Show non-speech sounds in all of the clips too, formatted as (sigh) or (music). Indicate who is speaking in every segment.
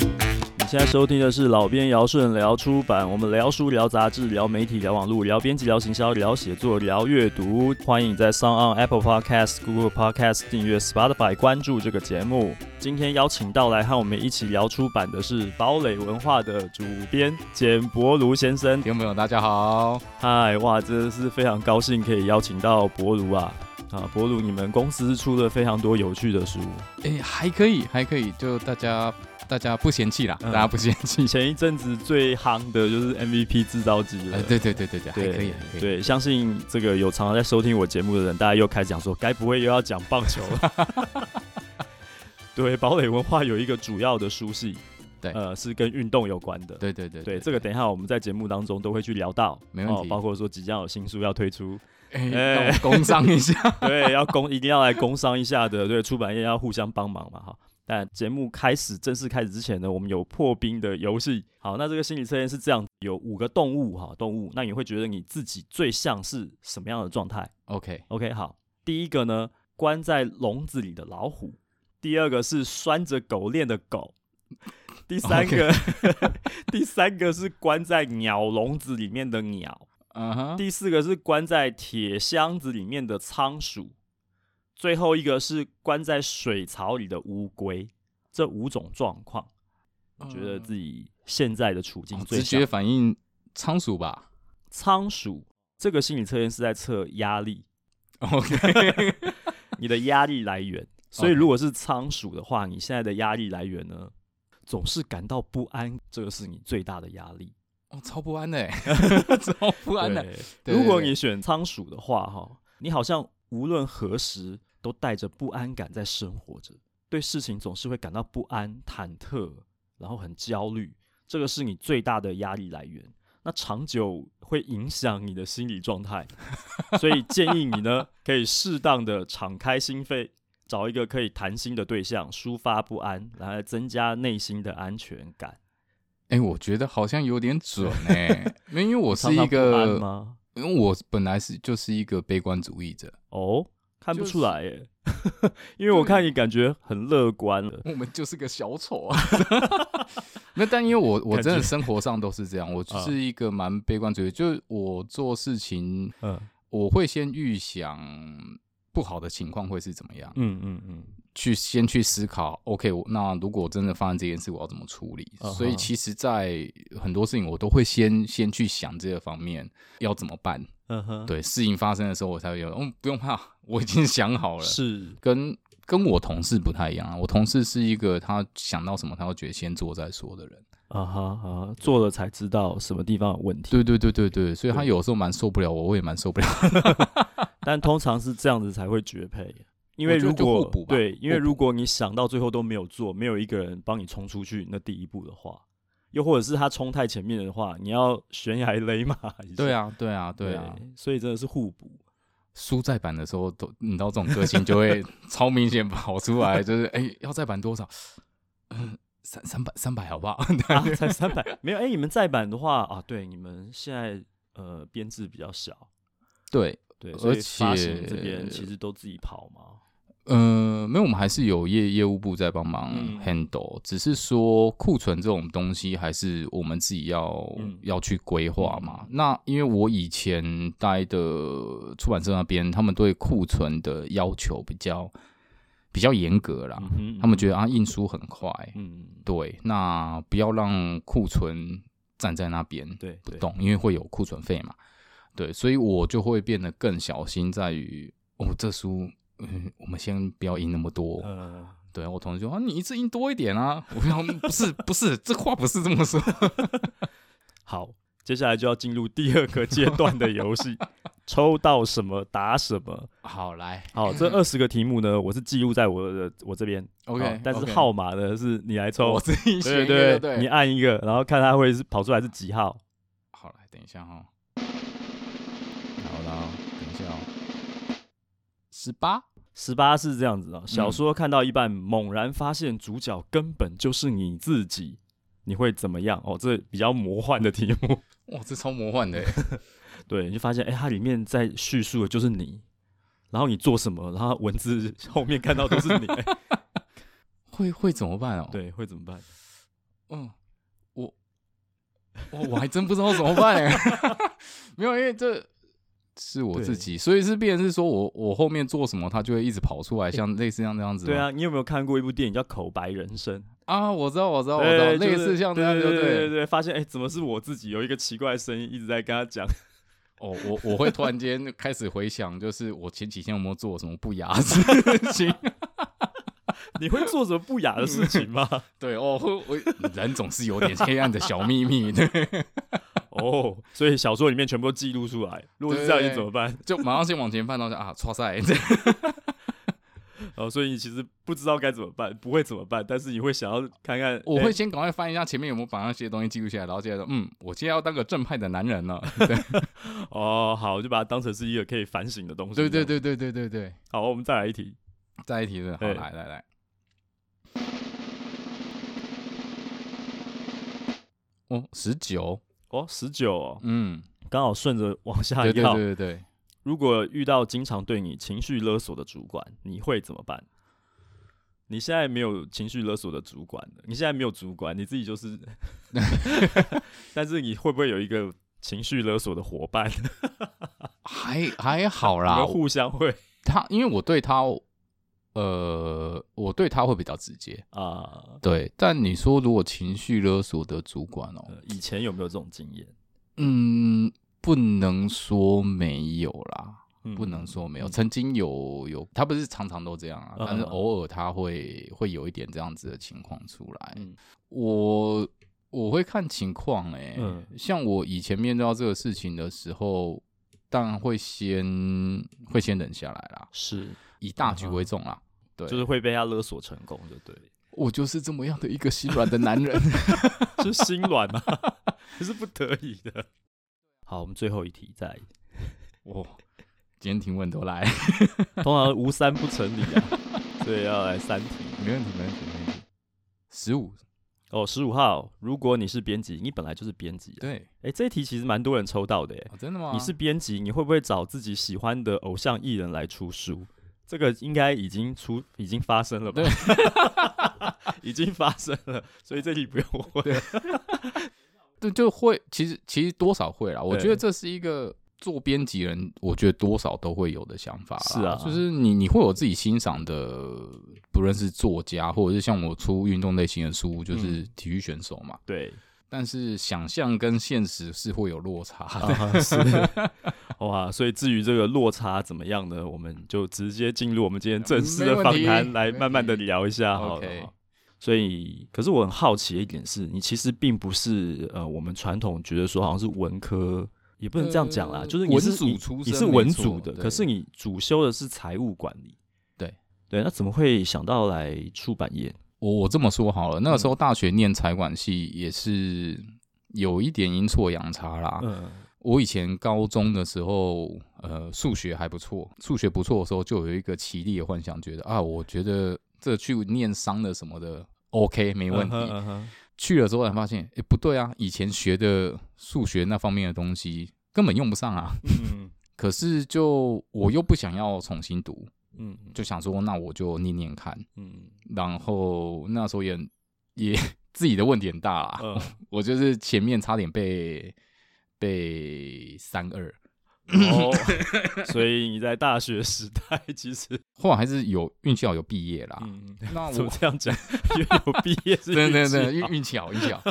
Speaker 1: 你现在收听的是老编姚顺聊出版，我们聊书、聊杂志、聊媒体、聊网络、聊编辑、聊行销、聊写作、聊阅读。欢迎你在 s o n on Apple Podcast、Google Podcast 订阅 Spotify 关注这个节目。今天邀请到来和我们一起聊出版的是堡垒文化的主编简博如先生。
Speaker 2: 听众朋友，大家好。
Speaker 1: 嗨，哇，真的是非常高兴可以邀请到博如啊。啊，博鲁，你们公司出了非常多有趣的书，
Speaker 2: 诶，哎还可以，还可以，就大家大家不嫌弃啦，
Speaker 1: 嗯
Speaker 2: 大家不嫌弃。
Speaker 1: 前一阵子最夯的就是 MVP 制造机了。
Speaker 2: 哎， (laughs) 对对对对对，还可以，还可以。
Speaker 1: 对，相信这个有常常在收听我节目的人，大家又开始讲说，该不会又要讲棒球了？ (laughs) 对，堡垒文化有一个主要的书系，
Speaker 2: 对
Speaker 1: 呃，是跟运动有关的。
Speaker 2: 对对对
Speaker 1: 对，这个等一下我们在节目当中都会去聊到，哦
Speaker 2: 没问题
Speaker 1: 包括说即将有新书要推出，
Speaker 2: 哎，
Speaker 1: 哎
Speaker 2: 让我工商 (laughs) 一下。
Speaker 1: (laughs) 对，要工一定要来工商一下的，对，出版业要互相帮忙嘛，哈。但节目开始正式开始之前呢，我们有破冰的游戏。好，那这个心理测验是这样，有五个动物哈，动物，那你会觉得你自己最像是什么样的状态
Speaker 2: OK，
Speaker 1: ？OK，好，第一个呢，关在笼子里的老虎；第二个是拴着狗链的狗；第三个 (laughs) 第三个是关在鸟笼子里面的鸟。
Speaker 2: 嗯哼，
Speaker 1: 第四个是关在铁箱子里面的仓鼠，最后一个是关在水槽里的乌龟。这五种状况，你觉得自己现在的处境
Speaker 2: 嗯哦
Speaker 1: 最
Speaker 2: 直
Speaker 1: 像、
Speaker 2: 觉反应仓鼠吧。
Speaker 1: 仓鼠这个心理测验是在测压力，
Speaker 2: (laughs) OK，
Speaker 1: (laughs) 你的压力来
Speaker 2: (laughs)
Speaker 1: 源。所以
Speaker 2: OK
Speaker 1: 如果是仓鼠的话，你现在的压力来源呢，总是感到不安，这个是你最大的压力。
Speaker 2: 哦，超不安的， (laughs) 超不安的。
Speaker 1: 对
Speaker 2: 对
Speaker 1: 如果
Speaker 2: 对
Speaker 1: 你选仓鼠的话，哈，你好像无论何时都带着不安感在生活着，对事情总是会感到不安、忐忑，然后很焦虑，这个是你最大的压力来源。那长久会影响你的心理状
Speaker 2: (laughs)
Speaker 1: 态，所以建议你呢，可以适当的敞开心扉，找一个可以谈心的对象，抒发不安，然后增加内心的安全感。
Speaker 2: 哎，我觉得好像有点准 (laughs) 哎，没有因为我是
Speaker 1: 常
Speaker 2: 一
Speaker 1: 常不安
Speaker 2: 个，
Speaker 1: 吗？
Speaker 2: 因为我本来是就是一个悲观主义者。
Speaker 1: 哦，看不
Speaker 2: 就
Speaker 1: 出
Speaker 2: 是
Speaker 1: 来耶， (laughs) 因为我看你感觉很乐观了。
Speaker 2: 我们就是个小
Speaker 1: (laughs)
Speaker 2: 丑啊。那但因为我我
Speaker 1: 感
Speaker 2: 真的
Speaker 1: 觉
Speaker 2: 生活上都是这样，我就是一个蛮悲观主义，就是我做事情
Speaker 1: 嗯
Speaker 2: 我会先预想不好的情况会是怎么样，
Speaker 1: 嗯嗯嗯，
Speaker 2: 去先去思考。OK，我那如果真的发生这件事，我要怎么处理
Speaker 1: 啊哈
Speaker 2: 所以其实，在很多事情我都会先先去想这个方面要怎么办。
Speaker 1: 嗯哼，，
Speaker 2: 对，事情发生的时候，我才会有嗯，不用怕，我已经想好了。
Speaker 1: 是
Speaker 2: 跟跟我同事不太一样啊，我同事是一个他想到什么他会觉得先做再说的人。
Speaker 1: 啊哈啊，做了才知道什么地方有问题。
Speaker 2: 对对对对对，所以他有时候蛮受不了我，我也蛮受不了。
Speaker 1: 但通常是这样子才会绝配，因
Speaker 2: 我
Speaker 1: 为
Speaker 2: 觉得
Speaker 1: 如
Speaker 2: 就互
Speaker 1: 果
Speaker 2: 补吧
Speaker 1: 对，因为
Speaker 2: 互
Speaker 1: 如果你想到最后都没有做，没有一个人帮你冲出去那第一步的话，又或者是他冲太前面的话，你要悬崖勒马一下。
Speaker 2: 对啊，对啊，对
Speaker 1: 对
Speaker 2: 啊。，
Speaker 1: 所以真的是互补。
Speaker 2: 输再版的时候都，你知道这种个性就 (laughs) 会超明显跑出来，就是哎、要再版多少？嗯，三三百三百好不好？ (laughs)
Speaker 1: (laughs) 啊，才三百，没有哎、你们再版的话啊，对，你们现在呃编制比较小，
Speaker 2: 对，
Speaker 1: 对，
Speaker 2: 而
Speaker 1: 所以发行
Speaker 2: 且
Speaker 1: 这边其实都自己跑嘛，
Speaker 2: 呃，没有，我们还是有业业务部在帮忙
Speaker 1: 嗯
Speaker 2: handle，、只是说库存这种东西还是我们自己要、
Speaker 1: 嗯
Speaker 2: 要去规划嘛。那因为我以前待的出版社那边，他们对库存的要求比较比较严格啦，
Speaker 1: 嗯哼
Speaker 2: 他们觉得啊印书很快，
Speaker 1: 嗯，
Speaker 2: 对，那不要让库存站在那边
Speaker 1: 对，
Speaker 2: 不
Speaker 1: 对，
Speaker 2: 动，因为会有库存费嘛。对，所以我就会变得更小心，在于哦，这书，嗯，我们先不要印那么多。
Speaker 1: 呃，
Speaker 2: 对我同事说啊，你一次印多一点啊。我说不是不是，这话不是这么说。
Speaker 1: 好，接下来就要进入第二个阶段的游
Speaker 2: (laughs)
Speaker 1: 戏，抽到什么打什么。
Speaker 2: (laughs) 好来
Speaker 1: 好，这二十个题目呢，我是记录在我的我这边好
Speaker 2: ，OK，
Speaker 1: 但是
Speaker 2: OK
Speaker 1: 号码呢是你来抽
Speaker 2: 我，自己
Speaker 1: 对
Speaker 2: 选一个就
Speaker 1: 对，
Speaker 2: 对
Speaker 1: 你按一个，然后看它会是跑出来是几号。
Speaker 2: 好来，等一下哈、好了哦，等一下哦，十八。
Speaker 1: 十八是这样子哦，小
Speaker 2: 嗯
Speaker 1: 说看到一半，猛然发现主角根本就是你自己，你会怎么样？哦，这比较魔幻的题目， (laughs)
Speaker 2: 哇，这超魔幻的耶，
Speaker 1: 对，你就发现，哎、它里面在叙述的就是你，然后你做什么，然后文字后面看到都是你，哎 (laughs)
Speaker 2: 会会怎么办哦？，
Speaker 1: 对，会怎么办？
Speaker 2: 嗯，我我还真不知道怎么办哎、 (laughs) 没有，因为这是我自己，所以是变成是说我我后面做什么，它就会一直跑出来，像类似像这样子。
Speaker 1: 对啊，你有没有看过一部电影叫《口白人生》？
Speaker 2: 啊，我知道，我知道，我知道，
Speaker 1: 对，
Speaker 2: 类
Speaker 1: 就是
Speaker 2: 似像这
Speaker 1: 对
Speaker 2: 样，
Speaker 1: 对
Speaker 2: 就
Speaker 1: 对对对，发现哎、怎么是我自己有一个奇怪的声音一直在跟他讲？ (laughs)
Speaker 2: 哦，我我会突然间开始回想，就是我前几天有没有做什么不雅的事情？ (laughs)
Speaker 1: 你会做什么不雅的事情吗？ (laughs)
Speaker 2: 对哦，会我人总是有点黑暗的小秘密，对，
Speaker 1: 哦，所以小说里面全部都记录出来。如果是这样，你怎么办？
Speaker 2: 就马上先往前翻，然后就啊，错赛，
Speaker 1: 哦，所以你其实不知道该怎么办，不会怎么办，但是你会想要看看。
Speaker 2: 我
Speaker 1: 哎
Speaker 2: 会先赶快翻一下前面有没有把那些东西记录下来，然后接着说，嗯，我今天要当个正派的男人了。对
Speaker 1: 哦，好，就把它当成是一个可以反省的东西。
Speaker 2: 对对
Speaker 1: 这样。
Speaker 2: 对对对对对，
Speaker 1: 好，我们再来一题。
Speaker 2: 再一题了，好
Speaker 1: 对
Speaker 2: 来来来，哦，十九，
Speaker 1: 哦，十九、哦，
Speaker 2: 嗯，
Speaker 1: 刚好顺着往下
Speaker 2: 对对
Speaker 1: 要。
Speaker 2: 对对对，
Speaker 1: 如果遇到经常对你情绪勒索的主管，你会怎么办？你现在没有情绪勒索的主管了，你现在没有主管，你自己
Speaker 2: (laughs)
Speaker 1: 就是， (laughs) 但是你会不会有一个情绪勒索的伙伴？
Speaker 2: 还还好
Speaker 1: 你
Speaker 2: 啦，
Speaker 1: 们
Speaker 2: 我
Speaker 1: 互相会
Speaker 2: 他因为我对他，呃，我对他会比较直接，
Speaker 1: 啊、
Speaker 2: 对，但你说如果情绪勒索的主管哦，
Speaker 1: 呃以前有没有这种经验？
Speaker 2: 嗯，不能说没有啦。
Speaker 1: 嗯
Speaker 2: 不能说没有，曾经有有，他不是常常都这样啊，
Speaker 1: 嗯
Speaker 2: 但是
Speaker 1: 嗯嗯
Speaker 2: 偶尔他会会有一点这样子的情况出来。
Speaker 1: 嗯
Speaker 2: 我我会看情况哎、
Speaker 1: 嗯
Speaker 2: 像我以前面对到这个事情的时候，当然会先会先忍下来啦，
Speaker 1: 是，
Speaker 2: 以大局为重啦。对，
Speaker 1: 就是会被他勒索成功，就对了，
Speaker 2: (laughs) 我就是这么样的一个心软的男 (laughs) 人。
Speaker 1: 就是心软嘛， (laughs) 这是不得已的。好，我们最后一题再来
Speaker 2: 哇，哦今天提问都来，
Speaker 1: 通常无三不成理啊，所以要来三题。
Speaker 2: 没问题，没问题，没问题。十五，
Speaker 1: 哦，十五号，如果你是编辑，你本来就是编辑啊。
Speaker 2: 对、
Speaker 1: 哎，这一题其实蛮多人抽到的耶。
Speaker 2: 哦，真的吗？
Speaker 1: 你是编辑，你会不会找自己喜欢的偶像艺人来出书？这个应该已经出，已经发生了吧？ (laughs) 已经发生了，所以这题不用问。 (laughs)
Speaker 2: 对，就会其实其实多少会啦。我
Speaker 1: 对
Speaker 2: 觉得这是一个做编辑人，我觉得多少都会有的想法啦。
Speaker 1: 是啊
Speaker 2: 就是你你会有自己欣赏的，不论是作家，或者是像我出运动类型的书，就是
Speaker 1: 嗯
Speaker 2: 体育选手嘛。
Speaker 1: 对，
Speaker 2: 但是想象跟现实是会有落差
Speaker 1: (laughs)
Speaker 2: 的。
Speaker 1: 啊、是哇，所以至于这个落差怎么样呢？我们就直接进入我们今天正式的
Speaker 2: 嗯没问
Speaker 1: 访
Speaker 2: 题
Speaker 1: 谈，
Speaker 2: 没
Speaker 1: 来
Speaker 2: 问
Speaker 1: 慢慢的
Speaker 2: 题
Speaker 1: 聊一下好了
Speaker 2: OK
Speaker 1: 哈。所以，可是我很好奇的一点是，你其实并不是呃，我们传统觉得说好像是文科，也不能这样讲啦，
Speaker 2: 呃
Speaker 1: 就是你
Speaker 2: 文
Speaker 1: 是
Speaker 2: 组
Speaker 1: 你
Speaker 2: 出
Speaker 1: 你
Speaker 2: 身
Speaker 1: 是
Speaker 2: 没
Speaker 1: 文
Speaker 2: 错
Speaker 1: 组的，可
Speaker 2: 对
Speaker 1: 是你主修的是财务管理，
Speaker 2: 对
Speaker 1: 对，那怎么会想到来出版业？
Speaker 2: 我我这么说好了，那个时候
Speaker 1: 嗯
Speaker 2: 大学念财管系也是有一点阴错阳差啦。
Speaker 1: 嗯，
Speaker 2: 我以前高中的时候，呃，数学还不错，数学不错的时候，就有一个奇丽的幻想，觉得啊，我觉得这去念商的什么的，OK，
Speaker 1: 没
Speaker 2: 没问题。
Speaker 1: 嗯
Speaker 2: 去了之后才发现，哎、不对啊，以前学的数学那方面的东西根本用不上啊。
Speaker 1: 嗯
Speaker 2: 可是就我又不想要重新读，
Speaker 1: 嗯
Speaker 2: 就想说，那我就念念看。
Speaker 1: 嗯
Speaker 2: 然后那时候也也自己的问题很大啦，
Speaker 1: 嗯，
Speaker 2: 我就是前面差点被被三二， (laughs)
Speaker 1: 哦，所以你在大学时代其实
Speaker 2: 后来还是有运气好有毕业啦。
Speaker 1: 嗯。
Speaker 2: (laughs) 那
Speaker 1: 怎么
Speaker 2: 我
Speaker 1: 这样讲？因为有毕业是
Speaker 2: 啊 (laughs) 对对
Speaker 1: 运气
Speaker 2: 对，运
Speaker 1: 好
Speaker 2: 运气好
Speaker 1: (laughs)
Speaker 2: 运气好。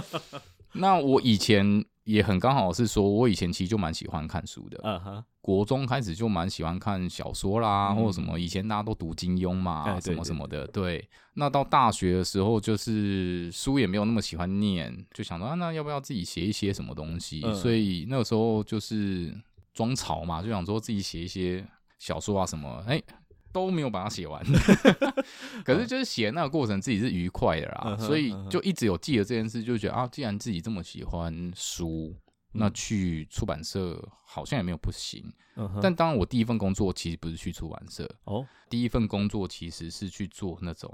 Speaker 2: 那我以前也很刚好是说，我以前其实就蛮喜欢看书的，
Speaker 1: 嗯哼，
Speaker 2: 国中开始就蛮喜欢看小说啦，
Speaker 1: 嗯
Speaker 2: 或者什么。以前大家都读金庸嘛，
Speaker 1: 哎对
Speaker 2: 什么
Speaker 1: 对
Speaker 2: 什么的。对，那到大学的时候，就是书也没有那么喜欢念，就想到、啊、那要不要自己写一些什么东西？
Speaker 1: 嗯
Speaker 2: 所以那个时候就是装潮嘛，就想说自己写一些小说啊什么，哎、都没有把它写
Speaker 1: (laughs)
Speaker 2: 完。可是就是写那个过程自己是愉快的啦，
Speaker 1: 嗯哼
Speaker 2: 所以
Speaker 1: 嗯哼
Speaker 2: 就一直有记得这件事，就觉得啊，既然自己这么喜欢书。那去出版社好像也没有不行，
Speaker 1: 嗯哼，
Speaker 2: 但当然，我第一份工作其实不是去出版社，
Speaker 1: 哦，
Speaker 2: 第一份工作其实是去做那种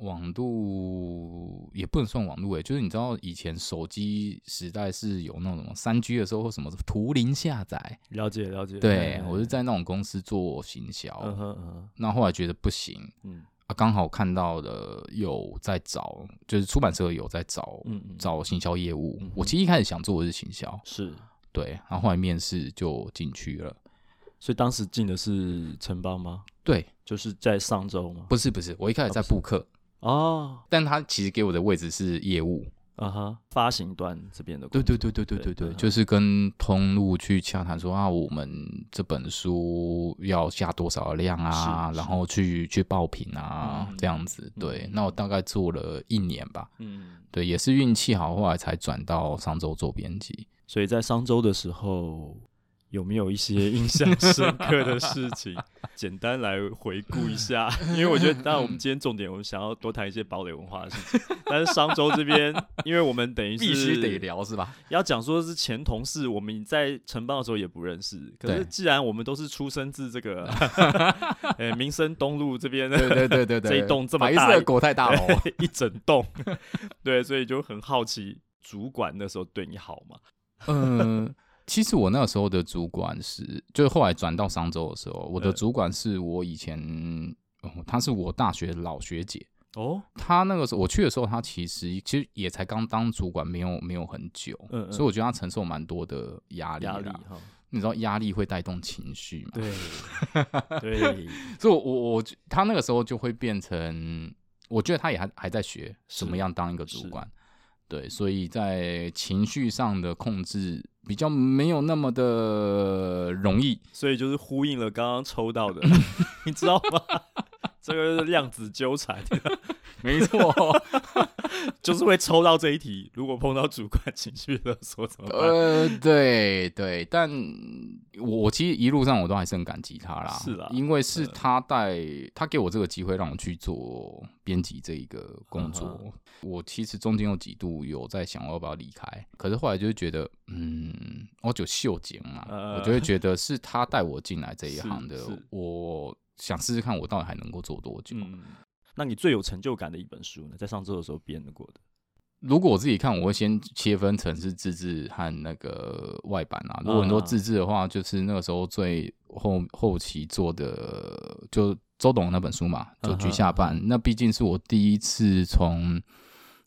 Speaker 2: 网络，也不能算网络诶、就是你知道以前手机时代是有那种什么三 G 的时候或什么图灵下载，
Speaker 1: 了解了解。
Speaker 2: 对我是
Speaker 1: 是
Speaker 2: 在那种公司做行销，
Speaker 1: 嗯哼嗯哼
Speaker 2: 那后来觉得不行，
Speaker 1: 嗯
Speaker 2: 啊，刚好看到了有在找，就是出版社有在找、
Speaker 1: 嗯嗯，
Speaker 2: 找行销业务。
Speaker 1: 嗯哼
Speaker 2: 我其实一开始想做的是行销，
Speaker 1: 是，
Speaker 2: 对，然后后来面试就进去了。
Speaker 1: 所以当时进的是城邦吗？
Speaker 2: 对，
Speaker 1: 就是在上周吗？
Speaker 2: 不是不是，我一开始在布克，
Speaker 1: 哦，
Speaker 2: 但他其实给我的位置是业务。
Speaker 1: 啊哈，发行端这边的工
Speaker 2: 对
Speaker 1: 作，
Speaker 2: 对对对对对
Speaker 1: 对
Speaker 2: 对，
Speaker 1: 嗯
Speaker 2: 就是跟通路去洽谈说啊，我们这本书要下多少量啊，
Speaker 1: 是
Speaker 2: 然后去去报评啊，
Speaker 1: 嗯
Speaker 2: 这样子。对
Speaker 1: 嗯，
Speaker 2: 那我大概做了一年吧。
Speaker 1: 嗯，
Speaker 2: 对，也是运气好，后来才转到商周做编辑。
Speaker 1: 所以在商周的时候，有没有一些印
Speaker 2: (laughs)
Speaker 1: 象深刻的事情？简单来回顾一下，因为我觉得，当然我们今天重点，我们想要多谈一些堡垒文化的事情。但是商周这边，因为我们等于是
Speaker 2: 必须得聊是吧？
Speaker 1: 要讲说是前同事，我们在城邦的时候也不认识。可是
Speaker 2: 对
Speaker 1: 既然我们都是出生自这
Speaker 2: (laughs)
Speaker 1: 个，呃，民生东路这边
Speaker 2: 对
Speaker 1: 的
Speaker 2: 对对对对，
Speaker 1: 这一栋这么
Speaker 2: 白
Speaker 1: 大
Speaker 2: 色国泰大楼，哦
Speaker 1: 一整栋， (laughs) 对，所以就很好奇，主管那时候对你好吗？
Speaker 2: 嗯，其实我那时候的主管是，就是后来转到商周的时候，
Speaker 1: 嗯
Speaker 2: 我的主管是我以前，哦，她是我大学老学姐。
Speaker 1: 哦，
Speaker 2: 她那个时候我去的时候，她其实其实也才刚当主管，没有没有很久，
Speaker 1: 嗯嗯
Speaker 2: 所以我觉得她承受蛮多的压力啊啦
Speaker 1: 压力哈，
Speaker 2: 你知道压力会带动情绪嘛？
Speaker 1: 对对，
Speaker 2: 所以我，我我她那个时候就会变成，我觉得她也还还在学
Speaker 1: 是
Speaker 2: 怎么样当一个
Speaker 1: 是
Speaker 2: 主管，对，所以在情绪上的控制比较没有那么的容易。
Speaker 1: 所以就是呼应了刚刚抽到的，你知道吗？这个是量子纠缠，
Speaker 2: 没错，
Speaker 1: 就是会抽到这一题。如果碰到主管情绪勒索怎么办？
Speaker 2: 呃，对对，但我我其实一路上我都还是很感激他啦，
Speaker 1: 是啦
Speaker 2: 因为是
Speaker 1: 嗯
Speaker 2: 他带他给我这个机会让我去做编辑这一个工作，
Speaker 1: 嗯
Speaker 2: 我其实中间有几度有在想我要不要离开，可是后来就觉得，嗯，我就秀景嘛，
Speaker 1: 呃
Speaker 2: 我就会觉得是他带我进来这一
Speaker 1: 是
Speaker 2: 行的
Speaker 1: 是，
Speaker 2: 我想试试看我到底还能够做多久。
Speaker 1: 嗯，那你最有成就感的一本书呢？在上周的时候编过的，
Speaker 2: 如果我自己看，我会先切分成是自制和那个外版啊。如
Speaker 1: 嗯
Speaker 2: 果你说自制的话，就是那个时候最后后期做的，就周董那本书嘛，就
Speaker 1: 嗯哼
Speaker 2: 《局下办》
Speaker 1: 嗯
Speaker 2: 那毕竟是我第一次从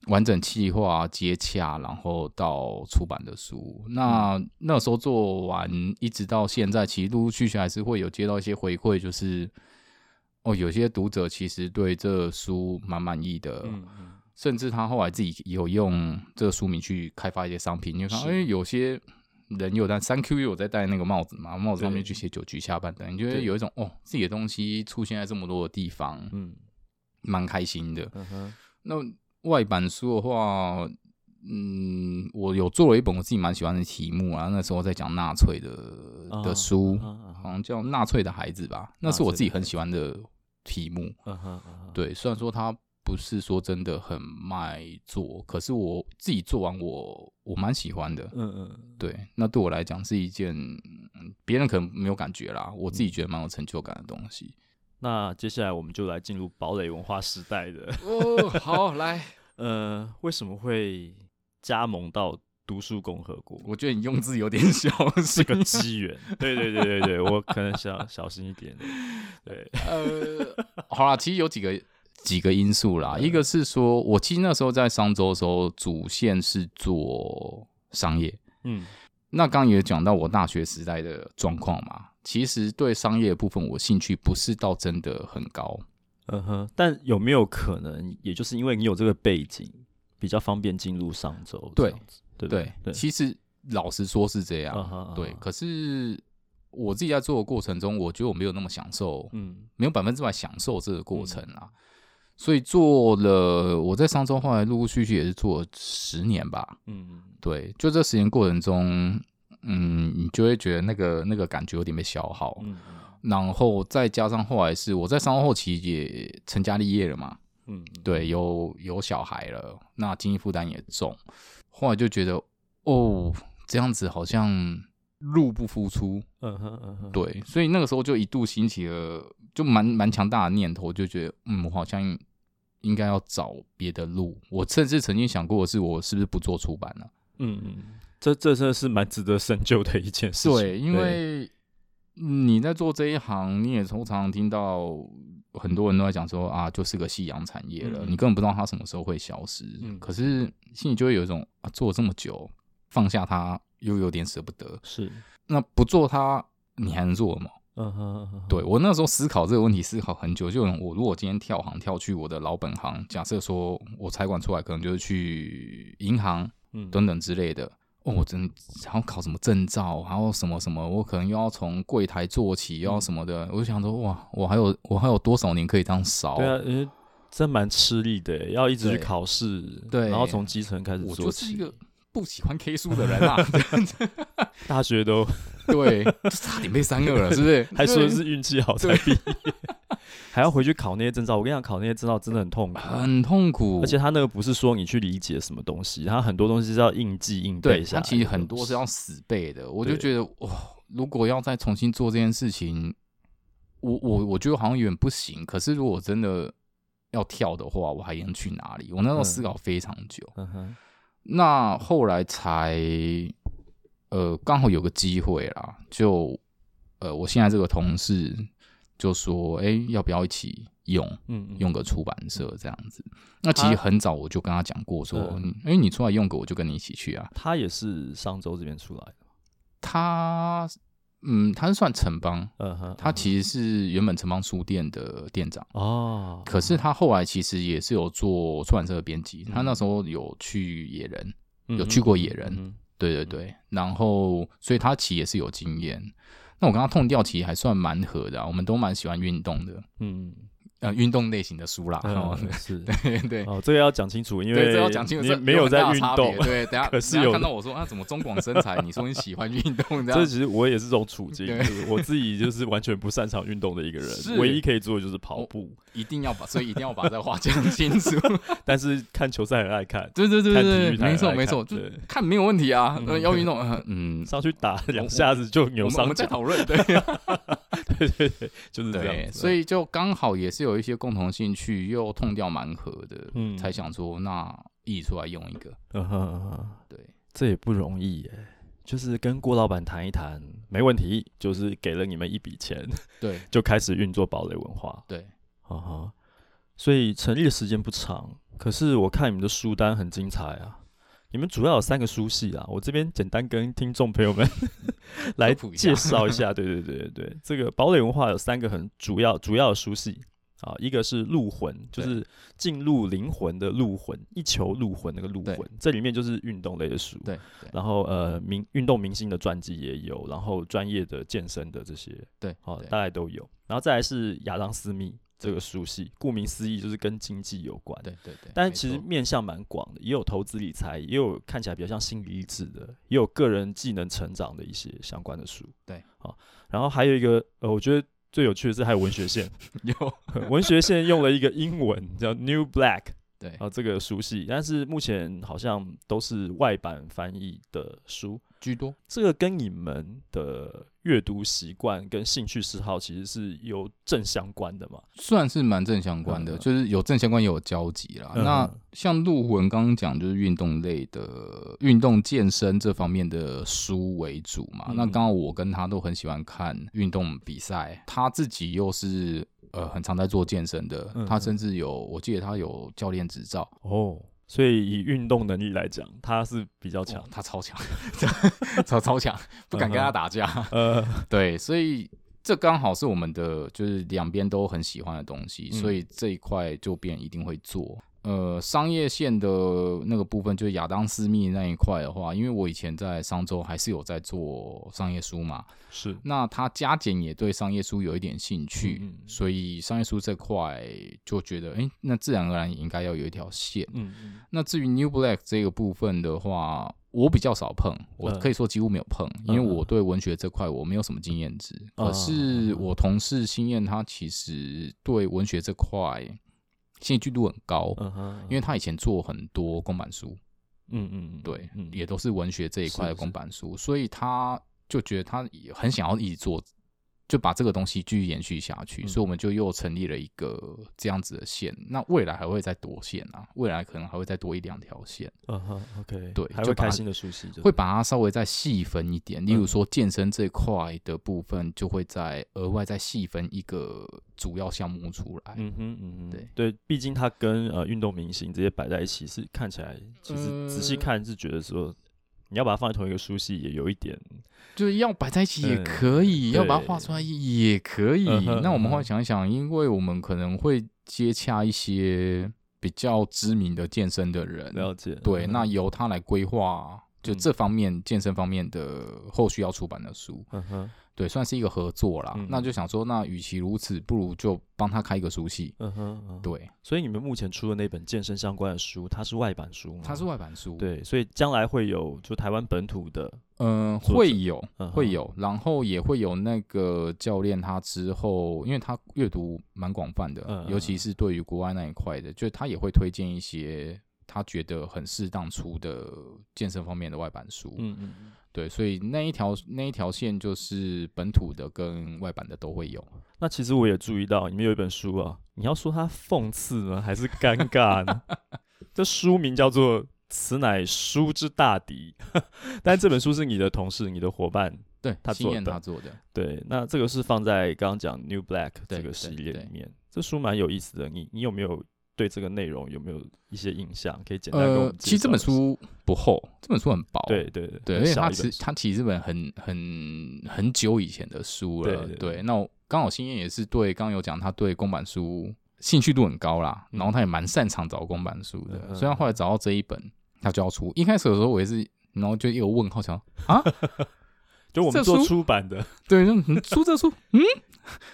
Speaker 2: 完整企划接洽，然后到出版的书。那、
Speaker 1: 嗯
Speaker 2: 那时候做完，一直到现在，其实陆陆续续还是会有接到一些回馈，就是哦，有些读者其实对这书蛮满意的。
Speaker 1: 嗯嗯，
Speaker 2: 甚至他后来自己有用这个书名去开发一些商品，你会看到，
Speaker 1: 是
Speaker 2: 因为有些人有戴三 Q 有在戴那个帽子嘛，帽子上面
Speaker 1: 对
Speaker 2: 去写“酒局下半等，你就会
Speaker 1: 对
Speaker 2: 有一种哦，自己的东西出现在这么多的地方，
Speaker 1: 嗯
Speaker 2: 蛮开心的。
Speaker 1: 嗯哼，
Speaker 2: 那外版书的话，嗯，我有做了一本我自己蛮喜欢的题目啊，那时候在讲纳粹的
Speaker 1: 啊
Speaker 2: 的书，
Speaker 1: 啊啊啊
Speaker 2: 好像叫《纳粹的孩子》吧，那是我自己很喜欢的题目。
Speaker 1: 嗯哼嗯哼，
Speaker 2: 对，虽然说它不是说真的很卖座，可是我自己做完我我蛮喜欢的。
Speaker 1: 嗯嗯，
Speaker 2: 对，那对我来讲是一件嗯别人可能没有感觉啦，我自己觉得蛮有成就感的东西。
Speaker 1: 那接下来我们就来进入堡垒文化时代的。
Speaker 2: 哦，好，来，
Speaker 1: 呃，为什么会加盟到读书共和国？
Speaker 2: (laughs) 我觉得你用字有点小
Speaker 1: (laughs) 是个机缘，对对对对对，我可能想小心一点。对，
Speaker 2: (laughs) 呃， (laughs) 嗯好啦，其实有几个几个因素啦，一个是说我其实那时候在商周的时候，主线是做商业，
Speaker 1: 嗯，
Speaker 2: 那刚刚也讲到我大学时代的状况嘛，其实对商业的部分我兴趣不是到真的很高。
Speaker 1: 嗯哼，但有没有可能，也就是因为你有这个背景，比较方便进入商周这
Speaker 2: 对
Speaker 1: 样子，对不
Speaker 2: 对
Speaker 1: 对，对，
Speaker 2: 其实老实说是这样。
Speaker 1: 啊哈啊
Speaker 2: 对
Speaker 1: 哈，
Speaker 2: 可是我自己在做的过程中，我觉得我没有那么享受，
Speaker 1: 嗯
Speaker 2: 没有百分之百享受这个过程啊。所以做了，我在商周后来陆陆续续也是做了十年吧。
Speaker 1: 嗯，
Speaker 2: 对，就这十年过程中，嗯，你就会觉得那个那个感觉有点被消耗。
Speaker 1: 嗯
Speaker 2: 然后再加上后来是我在商后期也成家立业了嘛，
Speaker 1: 嗯，
Speaker 2: 对，有有小孩了，那经济负担也重，后来就觉得哦，这样子好像入不敷出，
Speaker 1: 嗯哼嗯哼，
Speaker 2: 对，所以那个时候就一度兴起了，就蛮蛮强大的念头，就觉得嗯，我好像应该要找别的路，我甚至曾经想过的是，我是不是不做出版了？
Speaker 1: 嗯嗯，这这真的是蛮值得深究的一件事情。
Speaker 2: 对，因为你在做这一行，你也通常听到很多人都在讲说啊，就是个夕阳产业了，
Speaker 1: 嗯
Speaker 2: 你根本不知道它什么时候会消失。
Speaker 1: 嗯
Speaker 2: 可是心里就会有一种啊，做了这么久，放下它又有点舍不得。
Speaker 1: 是，
Speaker 2: 那不做它，你还能做吗？
Speaker 1: 嗯哼嗯哼，
Speaker 2: 对我那时候思考这个问题思考很久，就有我如果今天跳行跳去我的老本行，假设说我财管出来，可能就是去银行
Speaker 1: 嗯，
Speaker 2: 等等之类的。哦，我真想要考什么证照，然后什么什么，我可能又要从柜台做起，又要什么
Speaker 1: 嗯
Speaker 2: 的。我就想说，哇，我还有我还有多少年可以这样烧？
Speaker 1: 对啊，因为真蛮吃力的，要一直去
Speaker 2: 对
Speaker 1: 考试，
Speaker 2: 对
Speaker 1: 然后从基层开始
Speaker 2: 我
Speaker 1: 嗯做
Speaker 2: 就是一
Speaker 1: 起，
Speaker 2: 个不喜欢 K 书的人啊， (laughs)
Speaker 1: 大学都 (laughs)
Speaker 2: 对，就差点被三个了，是不是？
Speaker 1: 还说是运气好才毕业， (laughs) 还要回去考那些证照。我跟你讲，考那些证照真的很痛苦，
Speaker 2: 很痛苦，
Speaker 1: 而且他那个不是说你去理解什么东西，他很多东西是要硬记硬背
Speaker 2: 对，
Speaker 1: 下来
Speaker 2: 它
Speaker 1: 的东西。
Speaker 2: 其实很多是要死背的。我就
Speaker 1: 对
Speaker 2: 觉得，哇，如果要再重新做这件事情，我我我觉得好像有点不行。可是如果真的要跳的话，我还能去哪里？我那时候
Speaker 1: 嗯
Speaker 2: 思考非常久。
Speaker 1: 嗯哼，
Speaker 2: 那后来才，呃，刚好有个机会啦，就呃，我现在这个同事就说，哎、要不要一起用？
Speaker 1: 嗯嗯，
Speaker 2: 用个出版社这样子，那其
Speaker 1: 他
Speaker 2: 实很早我就跟他讲过说，
Speaker 1: 啊嗯
Speaker 2: 哎、你出来用个，我就跟你一起去啊。
Speaker 1: 他也是上周这边出来的。
Speaker 2: 他，嗯，他是算城邦，
Speaker 1: 嗯哼，
Speaker 2: 他
Speaker 1: 嗯哼
Speaker 2: 其实是原本城邦书店的店长，
Speaker 1: 哦，
Speaker 2: 可是他后来其实也是有做出版社的编辑，
Speaker 1: 嗯
Speaker 2: 他那时候有去野人，
Speaker 1: 嗯
Speaker 2: 有
Speaker 1: 嗯
Speaker 2: 去过野
Speaker 1: 嗯
Speaker 2: 人
Speaker 1: 嗯
Speaker 2: 对对对，然后所以他其实也是有经验。那我跟他痛调其实还算蛮合的、啊，我们都蛮喜欢运动的，
Speaker 1: 嗯，
Speaker 2: 呃，运动类型的书啦， (laughs)
Speaker 1: 嗯
Speaker 2: 哦，
Speaker 1: 是。
Speaker 2: 对对。
Speaker 1: 哦，这个要讲清楚，因为
Speaker 2: 对，这要讲清楚。
Speaker 1: 你
Speaker 2: 这
Speaker 1: 没有
Speaker 2: 很大
Speaker 1: 在
Speaker 2: 的
Speaker 1: 运
Speaker 2: 差
Speaker 1: 动
Speaker 2: 别，对，等下
Speaker 1: (laughs) 可是
Speaker 2: 等下
Speaker 1: 有
Speaker 2: 看到我说啊，怎么中广身材？你说你喜欢运动，这
Speaker 1: 这
Speaker 2: 样
Speaker 1: 其实我也是这种处境，
Speaker 2: 对
Speaker 1: 就是我自己就是完全不擅长运动的一个
Speaker 2: (laughs) 是哦
Speaker 1: 人，唯一可以做的就是跑步，
Speaker 2: 一定要把，所以一定要把这话讲清楚。
Speaker 1: 但是看球赛很爱看，
Speaker 2: 对对对
Speaker 1: 看体
Speaker 2: 对，
Speaker 1: 育台
Speaker 2: 没错
Speaker 1: 来
Speaker 2: 没
Speaker 1: 看
Speaker 2: 错，就
Speaker 1: 对
Speaker 2: 看没有问题啊。呃
Speaker 1: 嗯
Speaker 2: 要运动，呃嗯，
Speaker 1: 上去打
Speaker 2: 我
Speaker 1: 两下子就扭
Speaker 2: 我们我
Speaker 1: 伤
Speaker 2: 们在
Speaker 1: 脚，
Speaker 2: 讨论，对 (laughs)
Speaker 1: 对对对，就是这样
Speaker 2: 对，
Speaker 1: 子。
Speaker 2: 啊所以就刚好也是有一些共同兴趣，又痛掉蛮合的，
Speaker 1: 嗯
Speaker 2: 才想说那一起出来用一个。
Speaker 1: 嗯哼嗯哼，
Speaker 2: 对，
Speaker 1: 这也不容易耶。就是跟郭老板谈一谈，没问题，就是给了你们一笔钱，
Speaker 2: 对
Speaker 1: 就开始运作堡垒文化。
Speaker 2: 对，
Speaker 1: 啊哈，所以成立的时间不长，可是我看你们的书单很精彩啊。你们主要有三个书系啊，我这边简单跟听众朋友们 (laughs) 来
Speaker 2: 科普一下
Speaker 1: 介绍一下。对对对对对，这个堡垒文化有三个很主要主要的书系啊，一个是入魂，就
Speaker 2: 对
Speaker 1: 是进入灵魂的入魂，一球入魂那个入
Speaker 2: 对
Speaker 1: 魂，这里面就是运动类的书。
Speaker 2: 对对
Speaker 1: 然后呃，明运动明星的传记也有，然后专业的健身的这些，
Speaker 2: 对，
Speaker 1: 哦，
Speaker 2: 对
Speaker 1: 大概都有。然后再来是亚当斯密这个书系，顾名思义就是跟经济有关。
Speaker 2: 嗯对对对，
Speaker 1: 但
Speaker 2: 没
Speaker 1: 其实
Speaker 2: 错
Speaker 1: 面向蛮广的，也有投资理财，也有看起来比较像心理励志的，也有个人技能成长的一些相关的书。
Speaker 2: 对，
Speaker 1: 好、然后还有一个呃，我觉得最有趣的是还有文学线，
Speaker 2: (laughs) (laughs) 有
Speaker 1: 文学线用了一个英文叫 New Black，
Speaker 2: 对
Speaker 1: 啊，这个书系，但是目前好像都是外版翻译的书。
Speaker 2: 居多，
Speaker 1: 这个跟你们的阅读习惯跟兴趣嗜好其实是有正相关的嘛？
Speaker 2: 算是蛮正相关的，
Speaker 1: 嗯
Speaker 2: 就是有正相关也有交集啦。
Speaker 1: 嗯
Speaker 2: 那像陆文刚刚讲，就是运动类的运动健身这方面的书为主嘛。
Speaker 1: 嗯
Speaker 2: 那刚好我跟他都很喜欢看运动比赛，他自己又是呃很常在做健身的，
Speaker 1: 嗯
Speaker 2: 他甚至有我记得他有教练执照，
Speaker 1: 哦，所以以运动能力来讲，他是比较强
Speaker 2: 哦。他超强， (laughs) 超超强，不敢跟他打架。
Speaker 1: 呃，
Speaker 2: (laughs) 对，所以这刚好是我们的，就是两边都很喜欢的东西，
Speaker 1: 嗯
Speaker 2: 所以这一块就变一定会做。呃，商业线的那个部分，就是亚当斯密那一块的话，因为我以前在商周还是有在做商业书嘛，
Speaker 1: 是
Speaker 2: 那他加减也对商业书有一点兴趣，
Speaker 1: 嗯嗯
Speaker 2: 所以商业书这块就觉得，诶，那自然而然也应该要有一条线。
Speaker 1: 嗯嗯
Speaker 2: 那至于 New Black 这个部分的话，我比较少碰，我
Speaker 1: 嗯
Speaker 2: 可以说几乎没有碰，因为我对文学这块我没有什么经验值。
Speaker 1: 啊
Speaker 2: 可是我同事新燕她其实对文学这块兴趣度很高，
Speaker 1: 嗯哼，
Speaker 2: 因为她以前做很多公版书，
Speaker 1: 嗯嗯嗯
Speaker 2: 对，
Speaker 1: 嗯
Speaker 2: 也都是文学这一块的
Speaker 1: 是是
Speaker 2: 公版书，所以她就觉得她也很想要一直做就把这个东西继续延续下去，
Speaker 1: 嗯
Speaker 2: 所以我们就又成立了一个这样子的线。那未来还会再多线啊，未来可能还会再多一两条线，
Speaker 1: 嗯哼，OK，
Speaker 2: 对
Speaker 1: 还
Speaker 2: 就
Speaker 1: 会
Speaker 2: 把
Speaker 1: 开
Speaker 2: 它
Speaker 1: 新的熟悉着，
Speaker 2: 会把它稍微再细分一点。例如
Speaker 1: 嗯
Speaker 2: 说健身这一块的部分，就会再额外再细分一个主要项目出来。
Speaker 1: 嗯哼嗯哼，
Speaker 2: 对
Speaker 1: 对，毕竟它跟呃运动明星直接摆在一起，是看起来其实仔细
Speaker 2: 呃
Speaker 1: 看是觉得说，你要把它放在同一个书系也有一点，
Speaker 2: 就是要摆在一起也
Speaker 1: 嗯
Speaker 2: 可以，要把它画
Speaker 1: 对
Speaker 2: 出来也可以
Speaker 1: 嗯哼。
Speaker 2: 那我们
Speaker 1: 嗯哼
Speaker 2: 后来想一想，因为我们可能会接洽一些比较知名的健身的人，
Speaker 1: 了解。
Speaker 2: 对，
Speaker 1: 嗯
Speaker 2: 那
Speaker 1: 哼
Speaker 2: 由他来规划就
Speaker 1: 嗯
Speaker 2: 这方面健身方面的后续要出版的书，
Speaker 1: 嗯哼
Speaker 2: 对，算是一个合作啦
Speaker 1: 嗯。
Speaker 2: 那就想说，那与其如此，不如就帮他开一个书系。
Speaker 1: 嗯哼，嗯，
Speaker 2: 对，
Speaker 1: 所以你们目前出的那本健身相关的书，它是外版书吗？
Speaker 2: 它是外版书，，
Speaker 1: 嗯对，所以将来会有就台湾本土的，
Speaker 2: 嗯，
Speaker 1: 作者
Speaker 2: 会有
Speaker 1: 嗯哼
Speaker 2: 会有，然后也会有那个教练他之后，因为他阅读蛮广泛
Speaker 1: 嗯
Speaker 2: 的
Speaker 1: 嗯，
Speaker 2: 尤其是对于国外那一块的，就他也会推荐一些他觉得很适当出的健身方面的外版书。
Speaker 1: 嗯嗯，
Speaker 2: 对，所以那一条那一条线就是本土的跟外版的都会有。
Speaker 1: 那其实我也注意到，你们有一本书啊，你要说它讽刺呢，还是尴尬呢？ (laughs) 这书名叫做《此乃书之大敌》， (laughs) 但这本书是你的同事、你的伙伴。
Speaker 2: 对，
Speaker 1: 他
Speaker 2: 新
Speaker 1: 做
Speaker 2: 燕
Speaker 1: 的
Speaker 2: 他做的，
Speaker 1: 对，那这个是放在刚刚讲 New Black
Speaker 2: 对
Speaker 1: 这个系列
Speaker 2: 对
Speaker 1: 里面，这书蛮有意思的。你你有没有对这个内容有没有一些印象？可以简单跟我
Speaker 2: 呃
Speaker 1: 们，
Speaker 2: 其实这本
Speaker 1: 介绍一下，
Speaker 2: 书不厚，这本书很薄，
Speaker 1: 对对对
Speaker 2: 对，
Speaker 1: 很
Speaker 2: 而且
Speaker 1: 小
Speaker 2: 它
Speaker 1: 一
Speaker 2: 其
Speaker 1: 本
Speaker 2: 实
Speaker 1: 书
Speaker 2: 它其实是本很很很久以前的书了，
Speaker 1: 对对
Speaker 2: 那我刚好新燕也是对，刚刚有讲他对公版书兴趣度很高啦，
Speaker 1: 嗯
Speaker 2: 然后他也蛮擅长找公版书的，
Speaker 1: 嗯嗯
Speaker 2: 所以他后来找到这一本，他就要出。一开始的时候我也是，然后就有问号想，
Speaker 1: 就我们
Speaker 2: 这
Speaker 1: 做
Speaker 2: 书
Speaker 1: 出版的，
Speaker 2: 对，就嗯出这出，嗯，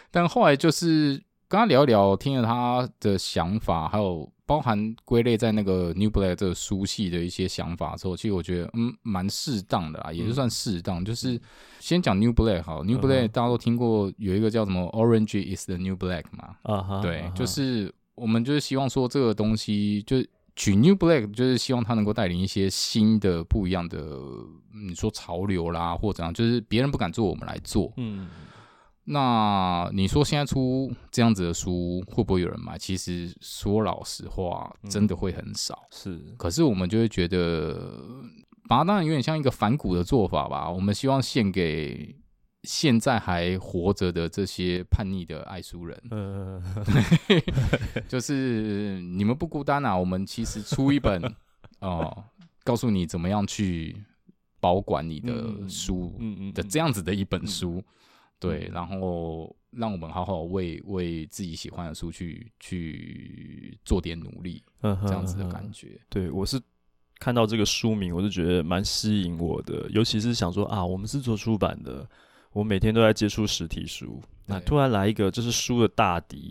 Speaker 2: 但后来就是跟他聊一聊，听了他的想法，还有包含归类在那个 New Black 这个书系的一些想法之后，其实我觉得嗯蛮适当的啦，也就算适当。就是先讲 New Black 好，New
Speaker 1: 嗯
Speaker 2: Black 大家都听过有一个叫什么 Orange is the New Black 嘛，
Speaker 1: 啊 (laughs) 哈，
Speaker 2: 对
Speaker 1: 啊，
Speaker 2: 就
Speaker 1: 哈
Speaker 2: 是我们就是希望说这个东西就。取 New Black 就是希望他能够带领一些新的、不一样的，嗯你说潮流啦，或者怎样，就是别人不敢做，我们来做。
Speaker 1: 嗯，
Speaker 2: 那你说现在出这样子的书会不会有人买？其实说老实话，
Speaker 1: 嗯
Speaker 2: 真的会很少。
Speaker 1: 是，
Speaker 2: 可是我们就会觉得，把它当然有点像一个反骨的做法吧。我们希望献给现在还活着的这些叛逆的爱
Speaker 1: (laughs)
Speaker 2: 书人，
Speaker 1: 呃，
Speaker 2: 就是你们不孤单啊。我们其实出
Speaker 1: (laughs)
Speaker 2: 一本哦、告诉你怎么样去保管你
Speaker 1: 嗯嗯
Speaker 2: 的
Speaker 1: 嗯
Speaker 2: 书，
Speaker 1: 嗯嗯
Speaker 2: 的
Speaker 1: 嗯
Speaker 2: 这样子的一本书，对
Speaker 1: 嗯，
Speaker 2: 然后让我们好好为为自己喜欢的书去去做点努力，这
Speaker 1: 这
Speaker 2: 样子的感。觉。
Speaker 1: 嗯对我是看到这个书名，我就觉得蛮吸引我的，尤其是想说啊，我们是做出版的，我每天都在接触实体书，那
Speaker 2: 对
Speaker 1: 突然来一个这是书的大敌，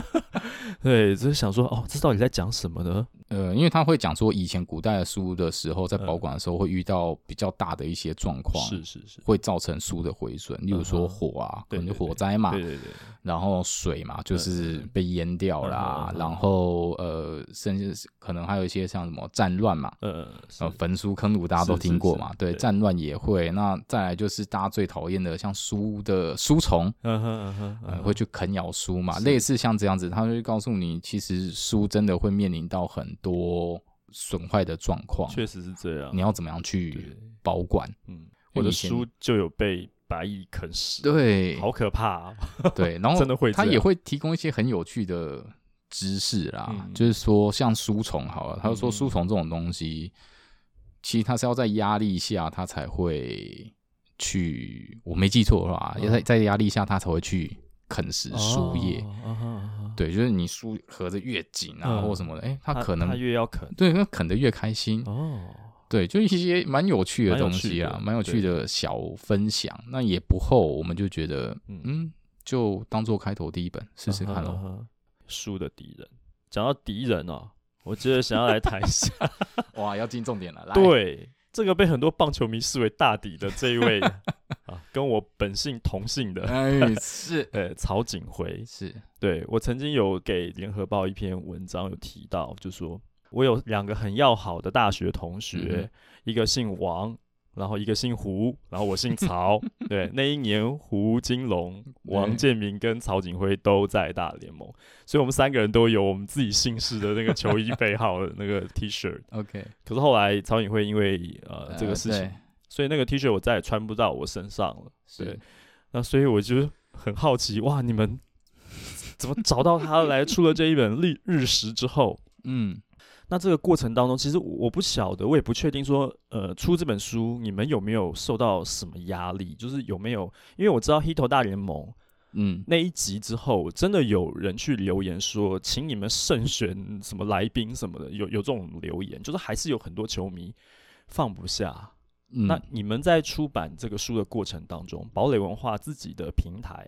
Speaker 1: (laughs) 对，就是想说哦，这到底在讲什么呢？
Speaker 2: 呃，因为他会讲说，以前古代的书的时候，在保管的时候会遇到比较大的一些状况，
Speaker 1: 嗯是是是，
Speaker 2: 会造成书的毁损，例如说
Speaker 1: 嗯哼
Speaker 2: 火啊，
Speaker 1: 对
Speaker 2: 可能就
Speaker 1: 对对
Speaker 2: 火灾嘛，
Speaker 1: 对对对，
Speaker 2: 然后水嘛，就是被淹掉啦，
Speaker 1: 嗯嗯嗯嗯
Speaker 2: 然后呃，甚至是可能还有一些像什么战乱嘛，
Speaker 1: 呃，是
Speaker 2: 呃，焚书坑儒大家都
Speaker 1: 是
Speaker 2: 听
Speaker 1: 是
Speaker 2: 过
Speaker 1: 是
Speaker 2: 嘛，对，
Speaker 1: 对
Speaker 2: 战乱也会。那再来就是大家最讨厌的，像书的书虫，
Speaker 1: 嗯哼嗯哼
Speaker 2: 呃，
Speaker 1: 嗯
Speaker 2: 会
Speaker 1: 哼，
Speaker 2: 去啃咬书嘛，
Speaker 1: 是
Speaker 2: 类似像这样子，他就会告诉你，其实书真的会面临到很多损坏的状况，
Speaker 1: 确实是这样。
Speaker 2: 你要怎么样去
Speaker 1: 对，
Speaker 2: 保管？
Speaker 1: 嗯，
Speaker 2: 因为
Speaker 1: 我的
Speaker 2: 以前
Speaker 1: 书就有被白蚁啃食，
Speaker 2: 对，
Speaker 1: 好可怕啊！
Speaker 2: 对，
Speaker 1: (laughs)
Speaker 2: 然后
Speaker 1: 真的会
Speaker 2: 他
Speaker 1: 这
Speaker 2: 哦也
Speaker 1: 样
Speaker 2: 会提供一些很有趣的知识啦，
Speaker 1: 嗯
Speaker 2: 就是说像书虫好了，他就
Speaker 1: 嗯
Speaker 2: 说书虫这种东西，其实它是要在压力下它才会去，我没记错的话，
Speaker 1: 嗯
Speaker 2: 要在在压力下它才会去啃食书叶。
Speaker 1: 哦，啊哈啊哈
Speaker 2: 对，就是你书合着越紧啊，
Speaker 1: 嗯
Speaker 2: 或什么的，哎、它
Speaker 1: 它
Speaker 2: 可
Speaker 1: 它
Speaker 2: 能
Speaker 1: 越要啃
Speaker 2: 对，它啃得越开心。
Speaker 1: 哦，
Speaker 2: 对，就一些蛮有趣的
Speaker 1: 蛮有
Speaker 2: 东
Speaker 1: 趣
Speaker 2: 西啊
Speaker 1: 的，
Speaker 2: 蛮有趣
Speaker 1: 对
Speaker 2: 的小分享。那也不厚，我们就觉得，
Speaker 1: 嗯
Speaker 2: 嗯，就当做开头第一本试试看
Speaker 1: 嗯
Speaker 2: 咯。
Speaker 1: 哼。书的敌人，讲到敌人哦，我接着想要来谈一
Speaker 2: (laughs)
Speaker 1: 下，
Speaker 2: 哇，要进重点了，来，
Speaker 1: 对 (laughs) 这个被很多棒球迷视为大敌的这一
Speaker 2: (laughs)
Speaker 1: 位啊，跟我本姓同姓的。
Speaker 2: 哎，
Speaker 1: (laughs)
Speaker 2: 是
Speaker 1: 呃，曹景辉，
Speaker 2: 是，
Speaker 1: 对我曾经有给联合报一篇文章，有提
Speaker 2: 嗯
Speaker 1: 到，就说我有两个很要好的大学同学，一个姓王，然后一个姓胡，然后我姓
Speaker 2: (laughs)
Speaker 1: 曹。对，那一年胡金龙、王
Speaker 2: 对
Speaker 1: 建民跟曹景辉都在大联盟，所以我们三个人都有我们自己姓氏的那个球衣背号的那个 T
Speaker 2: (laughs)
Speaker 1: 恤。
Speaker 2: OK，
Speaker 1: 可是后来曹景辉因为呃这个
Speaker 2: 哦呃
Speaker 1: 事情
Speaker 2: 对，
Speaker 1: 所以那个 T 恤我再也穿不到我身上了。对
Speaker 2: 是
Speaker 1: 那所以我就很好奇，哇，你们怎么找到他的来？出了这一本《历日食》之后，
Speaker 2: 嗯，
Speaker 1: 那这个过程当中，其实我我不晓得，我也不确定说，呃，出这本书你们有没有受到什么压力？就是有没有？因为我知道《黑头大联盟》
Speaker 2: 嗯，
Speaker 1: 那一集之后，真的有人去留言说，请你们慎选什么来宾什么的，有有这种留言，就是还是有很多球迷放不下。
Speaker 2: 嗯
Speaker 1: 那你们在出版这个书的过程当中，堡垒文化自己的平台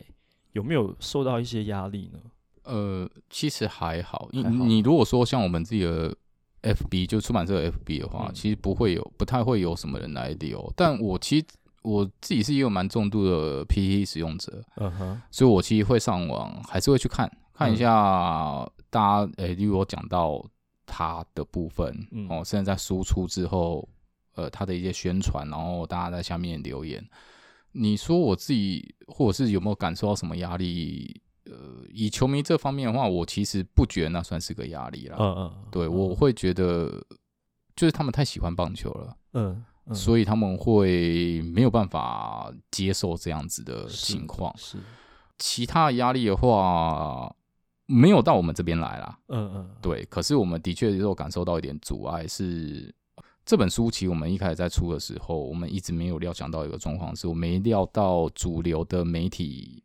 Speaker 1: 有没有受到一些压力呢？
Speaker 2: 呃，其实还好，你
Speaker 1: 还好
Speaker 2: 你如果说像我们自己的 FB 就出版社的 FB 的话，
Speaker 1: 嗯
Speaker 2: 其实不会有不太会有什么人来留，但我其实我自己是也有蛮重度的 PT 使用者，
Speaker 1: 嗯哼，
Speaker 2: 所以我其实会上网，还是会去看看
Speaker 1: 嗯
Speaker 2: 一下大家，诶、例如我讲到他的部分，
Speaker 1: 嗯
Speaker 2: 哦，甚至在输出之后，呃，他的一些宣传，然后大家在下面留言。你说我自己，或者是有没有感受到什么压力？呃，以球迷这方面的话，我其实不觉得那算是个压力啦。
Speaker 1: 嗯嗯，
Speaker 2: 对，
Speaker 1: 嗯
Speaker 2: 我会觉得就是他们太喜欢棒球了。
Speaker 1: 嗯嗯
Speaker 2: 所以他们会没有办法接受这样子的
Speaker 1: 是
Speaker 2: 情况。
Speaker 1: 是，
Speaker 2: 其他的压力的话，没有到我们这边来啦。
Speaker 1: 嗯嗯，
Speaker 2: 对，可是我们的确有感受到一点阻碍是。这本书其实我们一开始在出的时候，我们一直没有料想到一个状况，是我没料到主流的媒体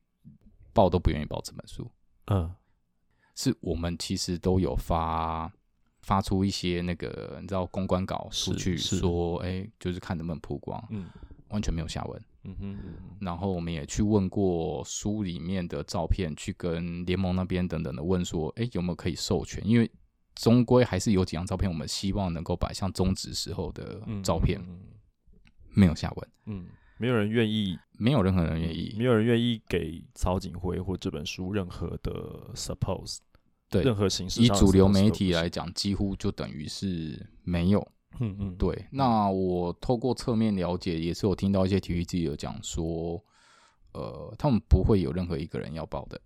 Speaker 2: 报都不愿意报这本书，
Speaker 1: 嗯
Speaker 2: 是我们其实都有发发出一些那个你知道公关稿出
Speaker 1: 是
Speaker 2: 去
Speaker 1: 是
Speaker 2: 说，哎，就是看能不能曝光，
Speaker 1: 嗯
Speaker 2: 完全没有下文。
Speaker 1: 嗯哼嗯
Speaker 2: 然后我们也去问过书里面的照片，去跟联盟那边等等的问说，哎，有没有可以授权？因为终归还是有几张照片，我们希望能够摆上中止时候的
Speaker 1: 嗯，
Speaker 2: 照片，
Speaker 1: 嗯
Speaker 2: 没有下文，
Speaker 1: 嗯，没有人愿意，
Speaker 2: 没有任何人愿意。
Speaker 1: 没有人愿意给曹景辉或这本书任何的 suppose，
Speaker 2: 对
Speaker 1: 任何形式
Speaker 2: 以
Speaker 1: 上的
Speaker 2: 主流
Speaker 1: suppose
Speaker 2: 媒
Speaker 1: 都
Speaker 2: 体
Speaker 1: 不
Speaker 2: 来讲，几乎就等于是没有。
Speaker 1: 行，嗯嗯，
Speaker 2: 对，那我透过侧面了解，也是有听到一些体育记者讲说，呃，他们不会有任何一个人要报的，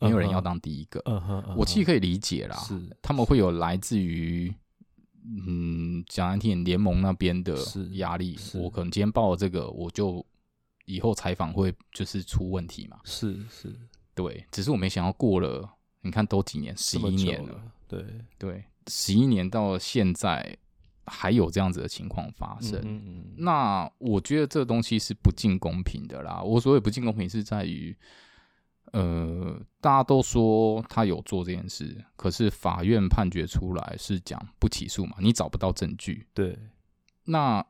Speaker 2: 没有人要
Speaker 1: 嗯哼
Speaker 2: 当第一个。
Speaker 1: 嗯哼，嗯哼，
Speaker 2: 我其实可以理解啦，
Speaker 1: 是
Speaker 2: 他们会有来自于嗯，讲难听点，联盟那边的
Speaker 1: 是
Speaker 2: 压力。
Speaker 1: 是
Speaker 2: 我可能今天报了这个，我就以后采访会就是出问题嘛。
Speaker 1: 是是
Speaker 2: 对，只是我没想到过了，你看都几年，十
Speaker 1: 这么
Speaker 2: 一
Speaker 1: 久
Speaker 2: 年了，
Speaker 1: 了，对，
Speaker 2: 对，十一年到现在还有这样子的情况发生。
Speaker 1: 嗯嗯嗯
Speaker 2: 那我觉得这东西是不尽公平的啦。我所谓不尽公平是在于，呃，大家都说他有做这件事，可是法院判决出来是讲不起诉嘛，你找不到证据。
Speaker 1: 对，
Speaker 2: 那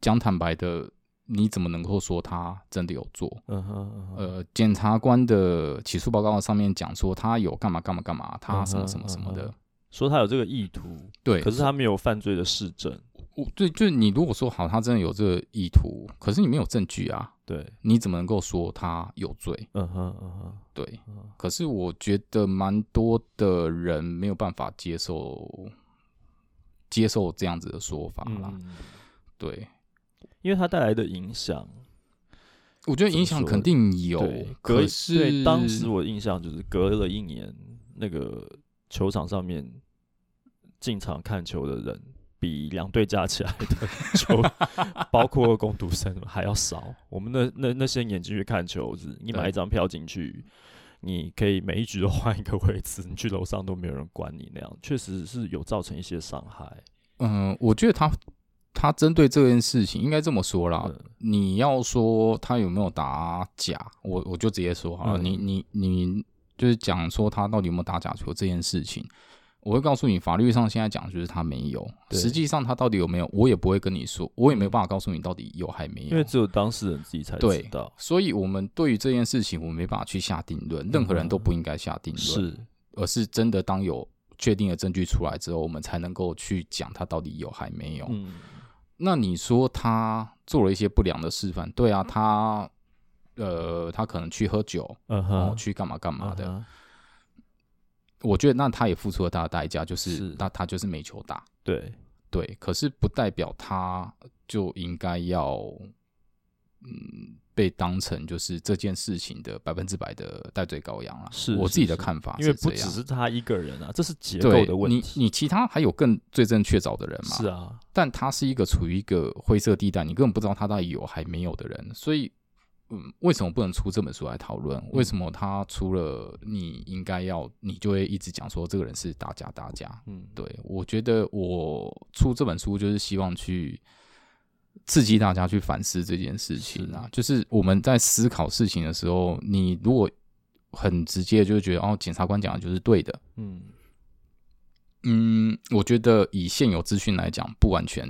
Speaker 2: 讲坦白的，你怎么能够说他真的有做？
Speaker 1: 嗯哼嗯哼，
Speaker 2: 呃，检察官的起诉报告上面讲说他有干嘛干嘛干嘛，他什么什么什
Speaker 1: 嗯
Speaker 2: 么
Speaker 1: 哼嗯
Speaker 2: 的
Speaker 1: 哼，说他有这个意图，
Speaker 2: 对。
Speaker 1: 可是他没有犯罪的事证，
Speaker 2: 我对，就是你如果说好，他真的有这个意图，可是你没有证据啊，
Speaker 1: 对，
Speaker 2: 你怎么能够说他有罪？
Speaker 1: 嗯哼嗯哼
Speaker 2: 对，
Speaker 1: 嗯哼，
Speaker 2: 可是我觉得蛮多的人没有办法接受接受这样子的说法啦。
Speaker 1: 嗯嗯
Speaker 2: 对，
Speaker 1: 因为它带来的影响，
Speaker 2: 我觉得影响肯定有
Speaker 1: 对，，隔
Speaker 2: 可
Speaker 1: 一对
Speaker 2: 是
Speaker 1: 当时我印象就是隔了一年，那个球场上面进场看球的人比两队加起来的球，包括攻读生还要少。我们那那那些年进去看球，是你买
Speaker 2: 对
Speaker 1: 一张票进去，你可以每一局都 (laughs) 换一个位置，你去楼上都没有人管你那样，确实是有造成一些伤害。
Speaker 2: 嗯、我觉得他他针对这件事情应该这么说啦。
Speaker 1: 嗯
Speaker 2: 你要说他有没有打假，我我就直接说好了，
Speaker 1: 嗯
Speaker 2: 你你你就是讲说他到底有没有打假球这件事情，我会告诉你，法律上现在讲就是他没有，
Speaker 1: 对
Speaker 2: 实际上他到底有没有，我也不会跟你说，我也没有办法告诉你到底有还没
Speaker 1: 因为
Speaker 2: 有。
Speaker 1: 只有当事人自己才
Speaker 2: 对
Speaker 1: 知道，
Speaker 2: 所以，我们对于这件事情，我们没办法去下定论，任何人都不应该下定论，
Speaker 1: 嗯是
Speaker 2: 而是真的当有确定的证据出来之后，我们才能够去讲他到底有还没有。
Speaker 1: 嗯
Speaker 2: 那你说他做了一些不良的示范，对啊，他呃，他可能去喝酒，
Speaker 1: 嗯
Speaker 2: 然
Speaker 1: 哼
Speaker 2: 后，去干嘛干嘛的。
Speaker 1: 嗯哼
Speaker 2: 我觉得那他也付出了他的代价，就是是那他就是没球打。
Speaker 1: 对
Speaker 2: 对，可是不代表他就应该要嗯被当成就是这件事情的百分之百的戴罪羔羊了。
Speaker 1: 是
Speaker 2: 我
Speaker 1: 是
Speaker 2: 自己的
Speaker 1: 是
Speaker 2: 看法
Speaker 1: 因为
Speaker 2: 是
Speaker 1: 不
Speaker 2: 这
Speaker 1: 只
Speaker 2: 样。
Speaker 1: 是他一个人啊，这是结构
Speaker 2: 对
Speaker 1: 的问
Speaker 2: 你，
Speaker 1: 题。
Speaker 2: 你其他还有更罪证确凿的人嘛？
Speaker 1: 是啊，
Speaker 2: 但他是一个处于一个灰色地带，你根本不知道他到底有还没有的人，所以，嗯，为什么不能出这本书来讨论？为什么他出了，你应该要，你就会一直讲说这个人是打架打架？
Speaker 1: 嗯，
Speaker 2: 对我觉得我出这本书就是希望去刺激大家去反思这件事情啊，就是我们在思考事情的时候，你如果很直接就会觉得哦，检察官讲的就是对的，
Speaker 1: 嗯，
Speaker 2: 嗯，我觉得以现有资讯来讲，不完全。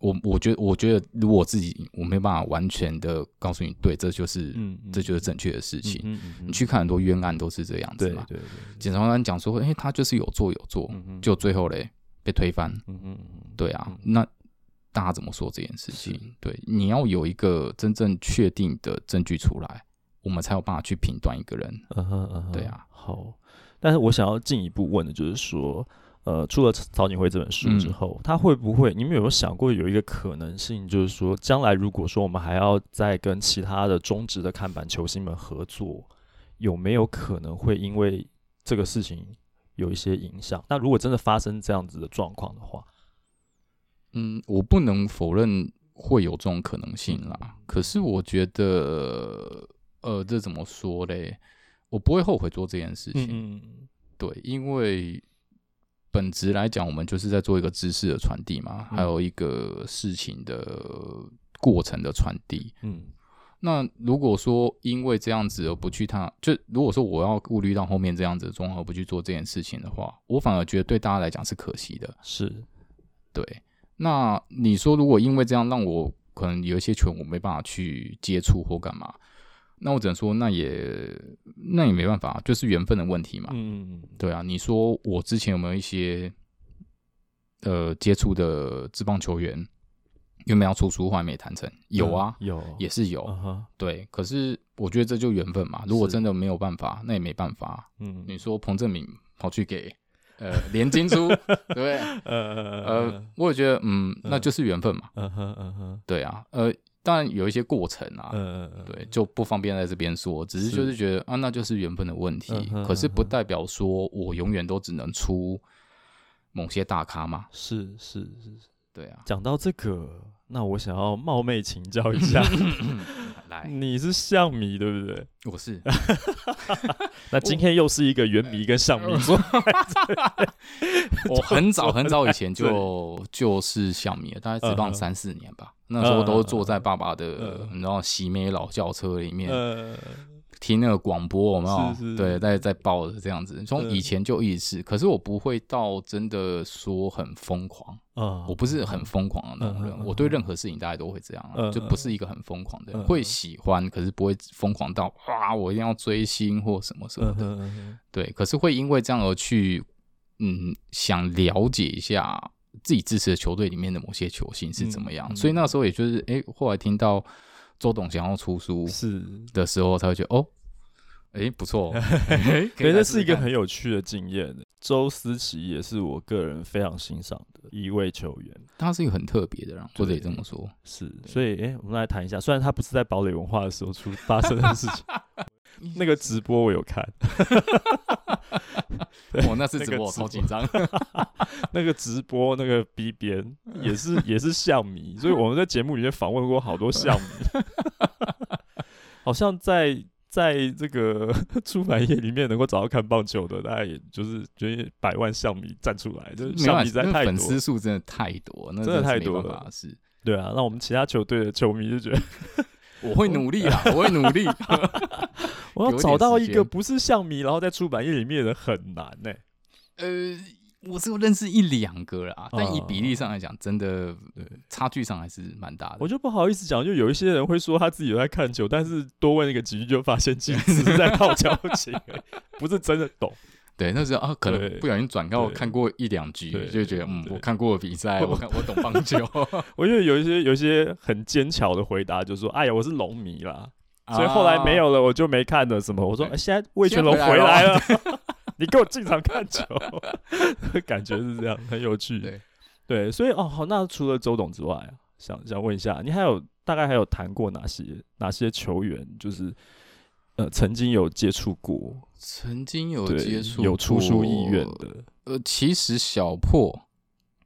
Speaker 2: 我我觉得，我觉得如果我自己我没有办法完全的告诉你，对，这就是、
Speaker 1: 嗯嗯
Speaker 2: 这就是正确的事情。
Speaker 1: 嗯嗯嗯
Speaker 2: 你去看很多冤案都是这样子
Speaker 1: 对
Speaker 2: 嘛
Speaker 1: 对。对，
Speaker 2: 检察官讲说，哎、他就是有做有做，
Speaker 1: 嗯嗯
Speaker 2: 就最后嘞被推翻。
Speaker 1: 嗯嗯嗯，
Speaker 2: 对啊，那大家怎么说这件事
Speaker 1: 是
Speaker 2: 情？对，你要有一个真正确定的证据出来，我们才有办法去评断一个人。
Speaker 1: 嗯哼嗯哼，
Speaker 2: 对啊，
Speaker 1: 好。但是我想要进一步问的就是说，呃，出了《曹景辉》这本书之
Speaker 2: 嗯
Speaker 1: 后，他会不会？你们有没有想过有一个可能性，就是说，将来如果说我们还要再跟其他的中职的看板球星们合作，有没有可能会因为这个事情有一些影响？那如果真的发生这样子的状况的话，
Speaker 2: 嗯，我不能否认会有这种可能性
Speaker 1: 嗯
Speaker 2: 啦。可是我觉得，呃，这怎么说嘞？我不会后悔做这件事情。
Speaker 1: 嗯嗯
Speaker 2: 对，因为本质来讲，我们就是在做一个知识的传递嘛，
Speaker 1: 嗯
Speaker 2: 还有一个事情的过程的传递。
Speaker 1: 嗯
Speaker 2: 那如果说因为这样子而不去他，就如果说我要顾虑到后面这样子的综合不去做这件事情的话，我反而觉得对大家来讲是可惜的。
Speaker 1: 是
Speaker 2: 对，那你说如果因为这样让我可能有一些球我没办法去接触或干嘛，那我只能说那也那也没办法，就是缘分的问题嘛。
Speaker 1: 嗯嗯嗯
Speaker 2: 对啊，你说我之前有没有一些呃接触的职棒球员原本要出书，后来没谈成？有啊，
Speaker 1: 有
Speaker 2: 也是有。
Speaker 1: 嗯哼
Speaker 2: 对，可是我觉得这就缘分嘛。如果
Speaker 1: 是
Speaker 2: 真的没有办法，那也没办法。
Speaker 1: 嗯
Speaker 2: 你说彭正敏跑去给呃连金
Speaker 1: (laughs)
Speaker 2: 珠，对不对？
Speaker 1: 呃
Speaker 2: 呃，我也觉得嗯，那就是缘分嘛。
Speaker 1: 嗯哼嗯哼
Speaker 2: 对啊，呃，当然有一些过程啊，
Speaker 1: 呃
Speaker 2: 对，就不方便在这边说，只是就是觉得啊，那就是缘分的问题
Speaker 1: 嗯。哼
Speaker 2: 可是不
Speaker 1: 嗯哼
Speaker 2: 代表说我永远都只能出某些大咖嘛。
Speaker 1: 是是是。
Speaker 2: 对
Speaker 1: (laughs)
Speaker 2: 啊，
Speaker 1: 讲到这个，那我想要冒昧请教一下，
Speaker 2: 来，
Speaker 1: (laughs) 你是象迷对不对？(laughs)
Speaker 2: 我是
Speaker 1: 那今天又是一个原迷跟象
Speaker 2: 嗯
Speaker 1: 迷 (laughs) 做，
Speaker 2: 我很早很早以前 (laughs) 就就是像迷了，大概只棒三四年吧。那时候都坐在爸爸的
Speaker 1: 嗯，
Speaker 2: 你知道洗美老轿车里面
Speaker 1: 呃，
Speaker 2: 听那个广播，有没有？
Speaker 1: 是是
Speaker 2: 对，在在报的这样子。从以前就一直是，可是我不会到真的说很疯狂，
Speaker 1: 啊
Speaker 2: 我不是很疯狂的那种
Speaker 1: 嗯嗯嗯
Speaker 2: 人。我对任何事情大概都会这样啊，
Speaker 1: 嗯
Speaker 2: 就不是一个很疯狂的
Speaker 1: 嗯
Speaker 2: 人，
Speaker 1: 嗯
Speaker 2: 会喜欢，可是不会疯狂到哇，我一定要追星或什么什么
Speaker 1: 嗯
Speaker 2: 的。
Speaker 1: 哼嗯
Speaker 2: 对，可是会因为这样而去，嗯，想了解一下自己支持的球队里面的某些球星是怎么样。
Speaker 1: 嗯嗯
Speaker 2: 所以那时候也就是，哎、后来听到周董想要出书
Speaker 1: 哼是，
Speaker 2: 的时候，才会觉得，哦，哎、不错，
Speaker 1: (laughs)
Speaker 2: 诶可
Speaker 1: 对，这
Speaker 2: 以来
Speaker 1: 是
Speaker 2: 试
Speaker 1: 一
Speaker 2: 试
Speaker 1: 个
Speaker 2: 看
Speaker 1: 很有趣的经验。周思齐也是我个人非常欣赏的一位球员，
Speaker 2: 他是一个很特别的人，或者也这
Speaker 1: 对
Speaker 2: 么说，
Speaker 1: 是，所以哎、诶我们来谈一下，虽然他不是在堡垒文化的时候出发生的事
Speaker 2: (laughs)
Speaker 1: 情，那个直播我有看，对
Speaker 2: 哦我、那次
Speaker 1: 那
Speaker 2: 直
Speaker 1: 个
Speaker 2: 播我
Speaker 1: 直
Speaker 2: 超
Speaker 1: 播
Speaker 2: 紧张，
Speaker 1: 那个直播那个 B 边
Speaker 2: 嗯
Speaker 1: 也是 (laughs) 也是象迷，所以我们在节目里面访问过好多象
Speaker 2: (laughs)
Speaker 1: 迷，好像在在这个 (laughs) 出版业里面能够找到看棒球的，大概也就是觉得百万象迷站出来， (laughs) 就是
Speaker 2: 没
Speaker 1: 象
Speaker 2: 办法
Speaker 1: 迷实在
Speaker 2: 那
Speaker 1: 太
Speaker 2: 粉
Speaker 1: 多
Speaker 2: 丝，数真的太多，那
Speaker 1: 真的太
Speaker 2: 是没
Speaker 1: 多
Speaker 2: 办
Speaker 1: 了
Speaker 2: 法是，
Speaker 1: 对啊，那我们其他球队的球迷就觉得
Speaker 2: 我会努力
Speaker 1: (laughs)
Speaker 2: 啊，我会努力。
Speaker 1: 我要
Speaker 2: 有
Speaker 1: 找
Speaker 2: 点
Speaker 1: 到
Speaker 2: 时
Speaker 1: 一个
Speaker 2: 间
Speaker 1: 不是象迷，然后在出版业里面的很难欸呢、
Speaker 2: 呃，我只有认识一两个啦，
Speaker 1: 嗯
Speaker 2: 但以比例上来讲，真的
Speaker 1: 对
Speaker 2: 差距上还是蛮大
Speaker 1: 我
Speaker 2: 的。
Speaker 1: 就不好意思讲，就有一些人会说他自己有在看球，但是多问一个几句就发现其实只是在套交
Speaker 2: (laughs)
Speaker 1: 情而已，不是真的懂。
Speaker 2: 对，那时候啊，可
Speaker 1: 对
Speaker 2: 能不小心转到
Speaker 1: 对
Speaker 2: 看过一两
Speaker 1: 对
Speaker 2: 局，就觉得嗯，
Speaker 1: 对
Speaker 2: 我看过
Speaker 1: (laughs)
Speaker 2: 比赛，我看 (laughs) 我懂棒球，
Speaker 1: 我觉得有一些有一些很坚强的回答，就是说：“哎呀，我是龙迷啦， (laughs) 所以后来没
Speaker 2: 啊。
Speaker 1: 有了，我就没看了什么。”我说：“
Speaker 2: 对
Speaker 1: 哎现在魏全龙
Speaker 2: 现在回
Speaker 1: 回
Speaker 2: 来
Speaker 1: 来 (laughs) 了，你给我进场看球。”感觉是这样，很有趣。
Speaker 2: 对
Speaker 1: 对，所以哦，好，那除了周董之外啊，想想问一下，你还有大概还有谈过哪些哪些球员，就是呃曾经有接触过，
Speaker 2: 曾经有
Speaker 1: 对，
Speaker 2: 接触
Speaker 1: 有出书意愿
Speaker 2: 过，
Speaker 1: 的
Speaker 2: 呃，其实小破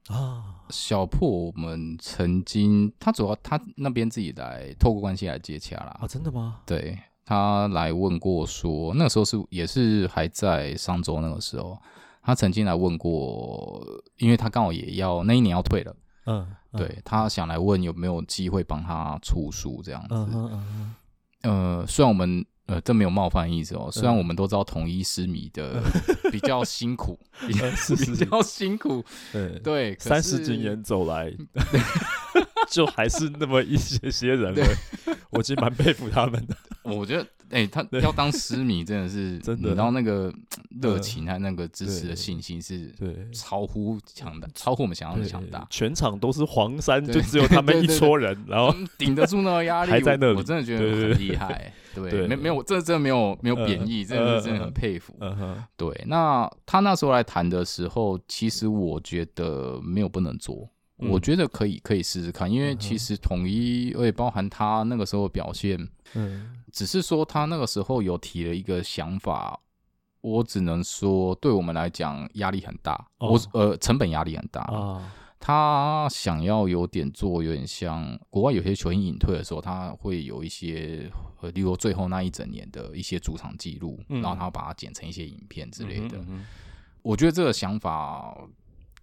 Speaker 1: 啊，
Speaker 2: 小破，我们曾经他主要他那边自己来透过关系来接洽啦
Speaker 1: 啊，，真的吗？
Speaker 2: 对他来问过说，那个时候是也是还在上周那个时候，他曾经来问过，因为他刚好也要那一年要退了，
Speaker 1: 嗯，嗯，
Speaker 2: 对他想来问有没有机会帮他出书这样子，
Speaker 1: 嗯哼嗯
Speaker 2: 呃，虽然我们呃，这没有冒犯意思哦。虽
Speaker 1: 嗯
Speaker 2: 然我们都知道统一失迷
Speaker 1: (laughs)
Speaker 2: 的比较辛苦， (laughs) 比较
Speaker 1: 哼，嗯是是
Speaker 2: 比
Speaker 1: 是，
Speaker 2: 较辛苦，
Speaker 1: 对，
Speaker 2: 对，可
Speaker 1: 三十
Speaker 2: 是嗯
Speaker 1: 几年走来， (laughs) 就还是那么一些些人
Speaker 2: 对
Speaker 1: 了， (laughs) 我其实蛮佩服他
Speaker 2: (laughs)
Speaker 1: 们的。
Speaker 2: 我觉得，哎、
Speaker 1: (laughs)
Speaker 2: 他要当失迷真的是
Speaker 1: 真的
Speaker 2: 你知道那个热
Speaker 1: 嗯
Speaker 2: 情和那个支持的
Speaker 1: 对
Speaker 2: 信心是
Speaker 1: 对，
Speaker 2: 超乎强大，超乎我们想象的
Speaker 1: 对
Speaker 2: 强大。
Speaker 1: 全场都是黄山，
Speaker 2: 对
Speaker 1: 就只有他们
Speaker 2: (laughs) 对
Speaker 1: 一
Speaker 2: 对对
Speaker 1: 撮人，然后
Speaker 2: 嗯顶得住那个
Speaker 1: (laughs)
Speaker 2: 压力，
Speaker 1: 还在那
Speaker 2: 我
Speaker 1: 里
Speaker 2: 我真的觉得
Speaker 1: 对对
Speaker 2: 很
Speaker 1: (laughs)
Speaker 2: 厉害。欸对，
Speaker 1: 对
Speaker 2: 没没有，这真的没有没有
Speaker 1: 嗯
Speaker 2: 贬义，
Speaker 1: 嗯
Speaker 2: 真的是
Speaker 1: 嗯
Speaker 2: 真的很
Speaker 1: 嗯
Speaker 2: 佩服。
Speaker 1: 嗯哼，
Speaker 2: 对，那他那时候来谈的时候，其实我觉得没有不能做，
Speaker 1: 嗯
Speaker 2: 我觉得可以可以试试看，因
Speaker 1: 嗯
Speaker 2: 为
Speaker 1: 哼
Speaker 2: 其实统一，而且包含他那个时候的表现，
Speaker 1: 嗯
Speaker 2: 只是说他那个时候有提了一个想法，我只能说对我们来讲压力很大，
Speaker 1: 哦
Speaker 2: 我呃成本压力很大。
Speaker 1: 啊，
Speaker 2: 他想要有点做，有点像国外有些球员隐退的时候，他会有一些，呃，例如最后那一整年的一些主场记录，
Speaker 1: 嗯
Speaker 2: 然后他把它剪成一些影片之类的。
Speaker 1: 嗯哼
Speaker 2: 我觉得这个想法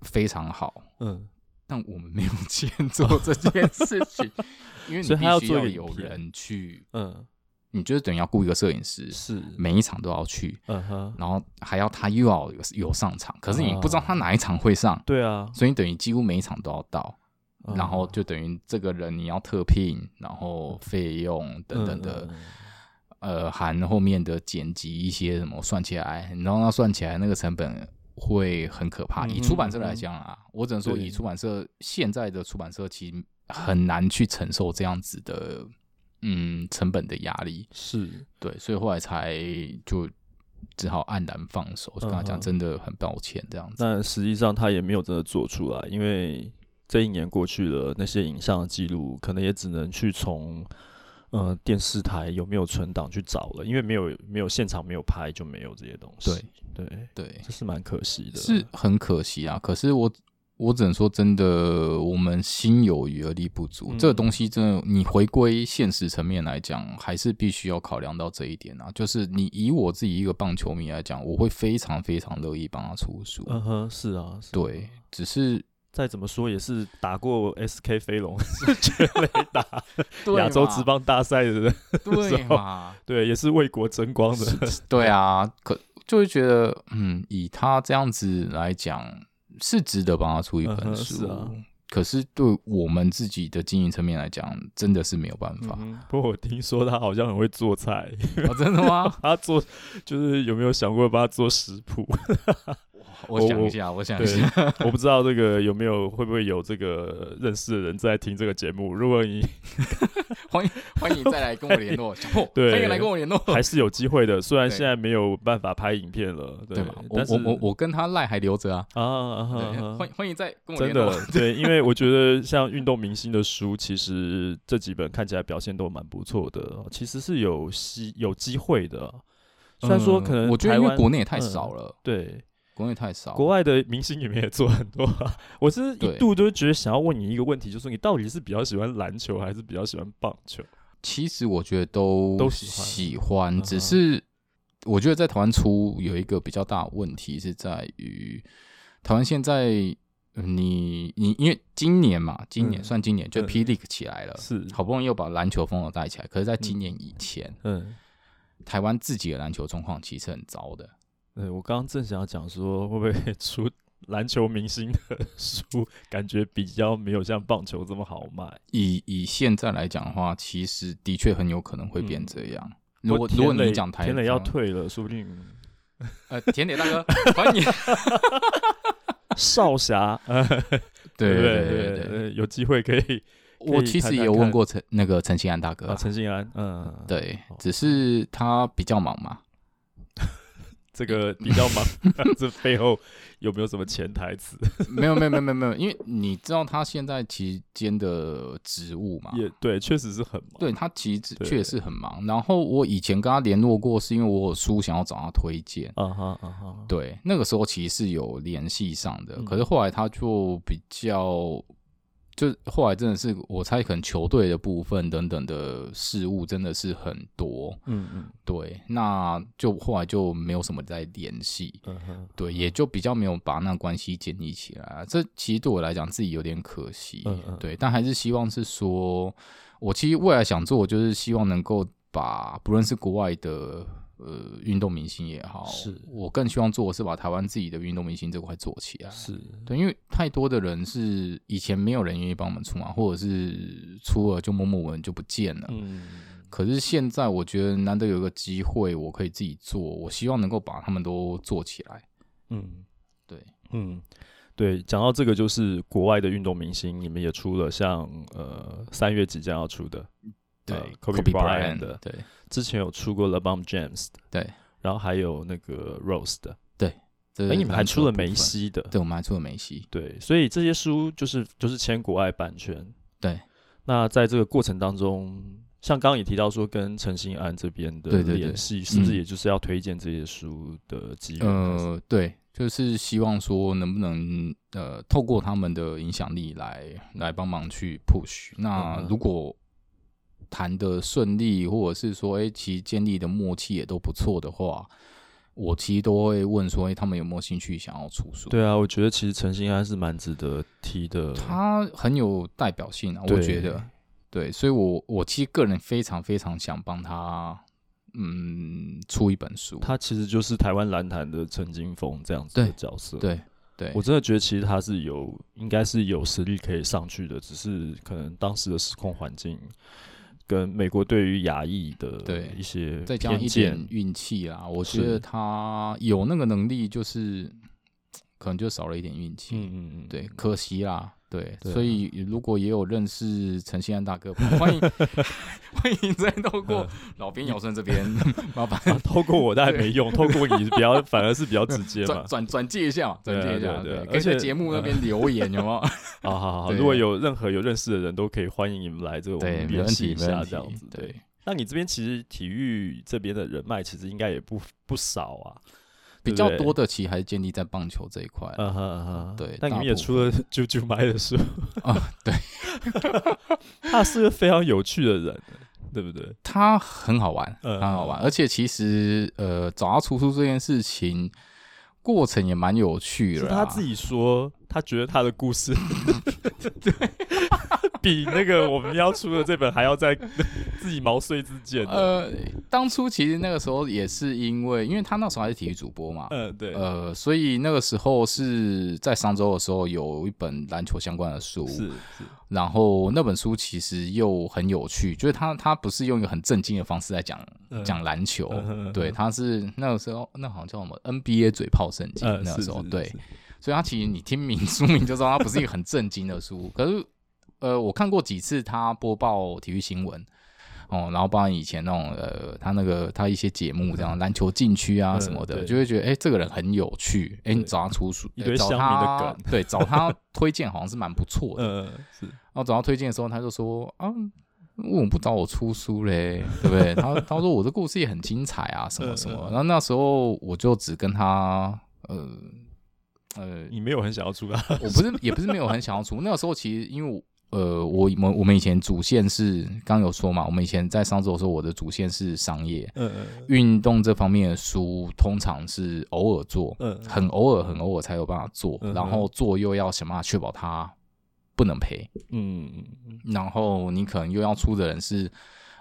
Speaker 2: 非常好，
Speaker 1: 嗯
Speaker 2: 但我们没有 (laughs) 钱做这件事
Speaker 1: (laughs)
Speaker 2: 情，因为
Speaker 1: 哦
Speaker 2: 你
Speaker 1: 所以他要
Speaker 2: 必须
Speaker 1: 做
Speaker 2: 要
Speaker 1: 影
Speaker 2: 有
Speaker 1: 片
Speaker 2: 人去，
Speaker 1: 嗯，
Speaker 2: 你就是等于要雇一个摄影师
Speaker 1: 嗯，是，
Speaker 2: 每一场都要去，
Speaker 1: 嗯哼，
Speaker 2: 然后还要他又要有有上场，可是你不知
Speaker 1: 哦
Speaker 2: 道他哪一场会上，
Speaker 1: 对啊，
Speaker 2: 所以你等于几乎每一场都要到。
Speaker 1: 嗯
Speaker 2: 然后就等于这个人你要特聘，然后费用等等的，，
Speaker 1: 嗯嗯
Speaker 2: 呃，含后面的剪辑一些什么算起来，然后那算起来那个成本会很可怕。以
Speaker 1: 嗯哼
Speaker 2: 出版社
Speaker 1: 嗯
Speaker 2: 来
Speaker 1: 哼
Speaker 2: 讲啊，我只能说
Speaker 1: 对
Speaker 2: 以出版社现在的出版社其实很难去承受这样子的嗯成本的压力，
Speaker 1: 是，
Speaker 2: 对，所以后来才就只好黯然放手，就跟他
Speaker 1: 嗯
Speaker 2: 讲
Speaker 1: 哼
Speaker 2: 真的很抱歉这样子。
Speaker 1: 但实际上他也没有真的做出来，因为这一年过去了，那些影像的记录可能也只能去从呃电视台有没有存档去找了，因为没有没有现场没有拍就没有这些东西。
Speaker 2: 对
Speaker 1: 对，
Speaker 2: 对，
Speaker 1: 这是蛮可惜的。
Speaker 2: 是很可惜啊。可是我我只能说，真的，我们心有余而力不足。
Speaker 1: 嗯
Speaker 2: 这个东西真的，你回归现实层面来讲，还是必须要考量到这一点啊。就是你以我自己一个棒球迷来讲，我会非常非常乐意帮他出书。
Speaker 1: 嗯哼，是啊，是啊
Speaker 2: 对，只是
Speaker 1: 再怎么说也是打过 SK 飞龙 (laughs) 全垒
Speaker 2: (laughs)
Speaker 1: 打亚洲职棒大赛的，
Speaker 2: 对嘛？
Speaker 1: 对，也是为国争光的。
Speaker 2: 对啊，可就会觉得，嗯，以他这样子来讲，是值得帮他出一
Speaker 1: 嗯
Speaker 2: 本
Speaker 1: 哼
Speaker 2: 书。
Speaker 1: 是啊
Speaker 2: 可是对我们自己的经营层面来讲，真的是没有办法。
Speaker 1: 嗯哼不过我听说他好像很会做菜， (laughs)
Speaker 2: 哦，真的吗？
Speaker 1: 他做就是有没有想过帮他做食谱？
Speaker 2: (laughs) 我
Speaker 1: 我
Speaker 2: 想
Speaker 1: 我
Speaker 2: 一下，我想一
Speaker 1: 对
Speaker 2: 下。， (laughs)
Speaker 1: 我不知道这个有没有会不会有这个认识的人在听这个节目。如果
Speaker 2: (laughs)
Speaker 1: 你
Speaker 2: 欢迎欢迎再来跟我联络，小破，
Speaker 1: 对
Speaker 2: 欢迎来跟我联络，
Speaker 1: 还是有机会的，虽然
Speaker 2: 对
Speaker 1: 现在没有办法拍影片了，
Speaker 2: 对
Speaker 1: 对
Speaker 2: 吧？我
Speaker 1: 但是
Speaker 2: 我我我跟他赖还留着啊，
Speaker 1: 啊啊啊
Speaker 2: 对
Speaker 1: 啊啊
Speaker 2: 欢欢迎再跟我
Speaker 1: 真
Speaker 2: 联络。
Speaker 1: 的对，因为我觉得像运动明星的书，其实这几本看起来表现都蛮不错的，其实是有希有机会的。虽然说
Speaker 2: 嗯
Speaker 1: 可能
Speaker 2: 我觉得
Speaker 1: 台
Speaker 2: 因为
Speaker 1: 湾
Speaker 2: 国内也太少了，
Speaker 1: 对
Speaker 2: 国内太少，
Speaker 1: 国外的明星里面也做很多、啊，我是
Speaker 2: 对
Speaker 1: 一度都觉得想要问你一个问题，就是你到底是比较喜欢篮球还是比较喜欢棒球？
Speaker 2: 其实我觉得都
Speaker 1: 都
Speaker 2: 喜
Speaker 1: 喜
Speaker 2: 欢，
Speaker 1: 嗯
Speaker 2: 只是我觉得在台湾出有一个比较大的问题是在于，台湾现在呃你你因为今年嘛，今年、
Speaker 1: 嗯
Speaker 2: 算今年就
Speaker 1: 嗯
Speaker 2: P League 起来了，
Speaker 1: 是，
Speaker 2: 好不容易又把篮球风格带起来，可是，在今年以前，
Speaker 1: 嗯。
Speaker 2: 台湾自己的篮球状况其实很糟的。
Speaker 1: 对，呃我刚刚正想要讲说，会不会 (laughs) 出篮球明星的 (laughs) 书，感觉比较没有像棒球这么好卖？
Speaker 2: 以以现在来讲的话，其实的确很有可能会变这样。如
Speaker 1: 嗯不
Speaker 2: 果
Speaker 1: 过
Speaker 2: 如果
Speaker 1: 田磊
Speaker 2: 你讲台
Speaker 1: 田磊要
Speaker 2: 台湾
Speaker 1: 退了，说不定
Speaker 2: 呃，田磊
Speaker 1: (laughs)
Speaker 2: 大哥，欢迎。 (laughs)
Speaker 1: 少侠， (laughs) 呃，
Speaker 2: 对
Speaker 1: 不
Speaker 2: 对
Speaker 1: 对
Speaker 2: 对对对，
Speaker 1: 呃有机会可以可
Speaker 2: 我
Speaker 1: 以
Speaker 2: 其实
Speaker 1: 谈
Speaker 2: 也
Speaker 1: 谈
Speaker 2: 有问
Speaker 1: 看
Speaker 2: 过陈那个陈信安大哥啊、
Speaker 1: 啊，陈信安，嗯，，
Speaker 2: 对
Speaker 1: 哦，
Speaker 2: 只是他比较忙嘛。
Speaker 1: 这个比较忙，(laughs)
Speaker 2: (laughs)
Speaker 1: 这背后有没有什么潜台词？
Speaker 2: 没有没有没有没有没有，因为你知道他现在期间的职务嘛，
Speaker 1: 也对，确实是很忙。
Speaker 2: 啊对他其实
Speaker 1: 对
Speaker 2: 确实很忙。然后我以前跟他联络过，是因为我有书想要找他推荐。
Speaker 1: 啊哈啊哈，
Speaker 2: 对，那个时候其实是有联系上的，
Speaker 1: 嗯
Speaker 2: 可是后来他就比较，就后来真的是我猜，可能球队的部分等等的事物真的是很多。
Speaker 1: 嗯嗯
Speaker 2: 对，那就后来就没有什么再联系。
Speaker 1: 嗯哼，
Speaker 2: 对，也就比较没有把那关系建立起来啊。这其实对我来讲自己有点可惜，
Speaker 1: 嗯嗯
Speaker 2: 对，但还是希望是说，我其实未来想做，就是希望能够把不论是国外的呃运动明星也好，
Speaker 1: 是
Speaker 2: 我更希望做的是把台湾自己的运动明星这块做起来。
Speaker 1: 是
Speaker 2: 对，因为太多的人是以前没有人愿意帮我们出马，或者是出了就默默我们就不见了。
Speaker 1: 嗯
Speaker 2: 可是现在我觉得难得有一个机会，我可以自己做，我希望能够把他们都做起来。
Speaker 1: 嗯
Speaker 2: 对，
Speaker 1: 嗯，对，讲到这个就是国外的运动明星，你们也出了像呃三月即将要出的，
Speaker 2: 对
Speaker 1: 呃，Kobe Bryant 的
Speaker 2: 对
Speaker 1: 之前有出过 LeBron James 的，
Speaker 2: 对，
Speaker 1: 然后还有那个 Rose 的，
Speaker 2: 这
Speaker 1: 哎、
Speaker 2: 是
Speaker 1: 你们还
Speaker 2: 篮
Speaker 1: 出
Speaker 2: 球
Speaker 1: 了
Speaker 2: 部
Speaker 1: 梅
Speaker 2: 分，
Speaker 1: 西的，
Speaker 2: 对，我们还出了梅西，
Speaker 1: 对，所以这些书就是就是签国外版权。
Speaker 2: 对，
Speaker 1: 那在这个过程当中，像刚刚也提到说，跟陈兴安这边的
Speaker 2: 对对对
Speaker 1: 联系，是不是
Speaker 2: 嗯
Speaker 1: 也就是要推荐这些书的机缘？
Speaker 2: 呃，对，就是希望说能不能呃透过他们的影响力来来帮忙去 push。
Speaker 1: 嗯
Speaker 2: 那
Speaker 1: 哼
Speaker 2: 如果谈的顺利，或者是说哎、其实建立的默契也都不错的话，我其实都会问说哎、他们有没有兴趣想要出书？
Speaker 1: 对啊，我觉得其实陈兴安是蛮值得提的。
Speaker 2: 他很有代表性啊，我
Speaker 1: 对
Speaker 2: 觉得。对，所以我我其实个人非常非常想帮他，嗯，出一本书。
Speaker 1: 他其实就是台湾篮坛的陈金峰这样子的
Speaker 2: 对
Speaker 1: 角色。，
Speaker 2: 对对，
Speaker 1: 我真的觉得其实他是有，应该是有实力可以上去的，只是可能当时的时空环境跟美国对于亚裔的
Speaker 2: 对
Speaker 1: 一些
Speaker 2: 再加上
Speaker 1: 偏
Speaker 2: 一
Speaker 1: 见嗯
Speaker 2: 点运气啦，我
Speaker 1: 是
Speaker 2: 觉得他有那个能力，就是可能就少了一点运气。
Speaker 1: 嗯嗯嗯，
Speaker 2: 对，可惜啦。对，
Speaker 1: 对啊
Speaker 2: 所以如果也有认识陈信安大哥， (laughs) 欢迎
Speaker 1: (laughs)
Speaker 2: 欢迎再透
Speaker 1: 嗯
Speaker 2: 过老兵尧顺这边， (laughs) 麻烦
Speaker 1: 啊透过我当然没用，透过
Speaker 2: (laughs)
Speaker 1: 你比较反而是比较直接嘛
Speaker 2: 转。转转介一下嘛，
Speaker 1: 对啊
Speaker 2: 转介一下，
Speaker 1: 对啊对啊
Speaker 2: 可以
Speaker 1: 而
Speaker 2: 在
Speaker 1: 且
Speaker 2: 节目那边留言，有没有？
Speaker 1: 啊，好好好，
Speaker 2: 对
Speaker 1: 如果有任何有认识的人都可以欢迎你们来这个我
Speaker 2: 对，
Speaker 1: 们
Speaker 2: 没
Speaker 1: 联
Speaker 2: 问
Speaker 1: 系
Speaker 2: 题，
Speaker 1: 一
Speaker 2: 没
Speaker 1: 下
Speaker 2: 问题
Speaker 1: 这样子。对，
Speaker 2: 对，
Speaker 1: 那你这边其实体育这边的人脉其实应该也不不少啊，对
Speaker 2: 比
Speaker 1: 不
Speaker 2: 较
Speaker 1: 对
Speaker 2: 多的其实还是建立在棒球这一块。啊
Speaker 1: 嗯哼嗯哼，
Speaker 2: 对
Speaker 1: 但你们
Speaker 2: 大
Speaker 1: 也
Speaker 2: 部分
Speaker 1: 出了 (laughs) 啾啾麦的书
Speaker 2: (laughs) 啊，
Speaker 1: 对， (laughs) 他是个非常有趣的人，对不对？
Speaker 2: 它很好玩，
Speaker 1: 嗯
Speaker 2: 很好玩，而且其实呃，找他出书这件事情过程也蛮有趣
Speaker 1: 嗯是
Speaker 2: 的。
Speaker 1: 他自，己说，他觉得他的故
Speaker 2: (laughs)
Speaker 1: 事比那个我们要出的这本还要再 (laughs) 自己毛遂自荐的。
Speaker 2: 呃，当初其实那个时候也是因为，因为他那时候还是体育主播嘛，
Speaker 1: 嗯，对，
Speaker 2: 呃，所以那个时候是在商周的时候有一本篮球相关的书，
Speaker 1: 是是，
Speaker 2: 然后那本书其实又很有趣，就是他他不是用一个很正经的方式在讲
Speaker 1: 嗯
Speaker 2: 讲篮球，
Speaker 1: 嗯哼嗯哼
Speaker 2: 对，他是那个时候那好像叫什么 NBA 嘴炮圣经，
Speaker 1: 呃，
Speaker 2: 那个
Speaker 1: 是
Speaker 2: 时候
Speaker 1: 是
Speaker 2: 对
Speaker 1: 是，
Speaker 2: 所以他其实你听名 (laughs) 书名就知道它不是一个很正经的书。可是，呃，我看过几次他播报体育新闻，哦，然后包含以前那种呃，他那个他一些节目这样篮球禁区啊
Speaker 1: 嗯
Speaker 2: 什么的，
Speaker 1: 对
Speaker 2: 就会觉得哎、诶这个人很有趣，哎、
Speaker 1: 对
Speaker 2: 你找他出书，
Speaker 1: 一
Speaker 2: 诶
Speaker 1: 堆
Speaker 2: 找
Speaker 1: 乡民的
Speaker 2: 他
Speaker 1: 梗
Speaker 2: 对，找他推荐好像是蛮不错的。
Speaker 1: 呃，是
Speaker 2: 然后找他推荐的时候，他就说啊。为什么不找我出书嘞？对不对？他他说我的故事也很精彩啊，什么什么
Speaker 1: 嗯嗯。嗯
Speaker 2: 然后那时候我就只跟他呃呃
Speaker 1: 你没有很想要出啊？
Speaker 2: 我不是也不是没有很想要出，那个时候其实因为我呃，我们我们以前主线是刚有说嘛，我们以前在上周的时候，我的主线是商业
Speaker 1: 嗯
Speaker 2: 运动这方面的书，通常是偶尔做，
Speaker 1: 嗯
Speaker 2: 很偶尔很偶尔才有办法做，
Speaker 1: 嗯哼
Speaker 2: 然后做又要想办法确保它不能赔，
Speaker 1: 嗯嗯
Speaker 2: 然后你可能又要出的人是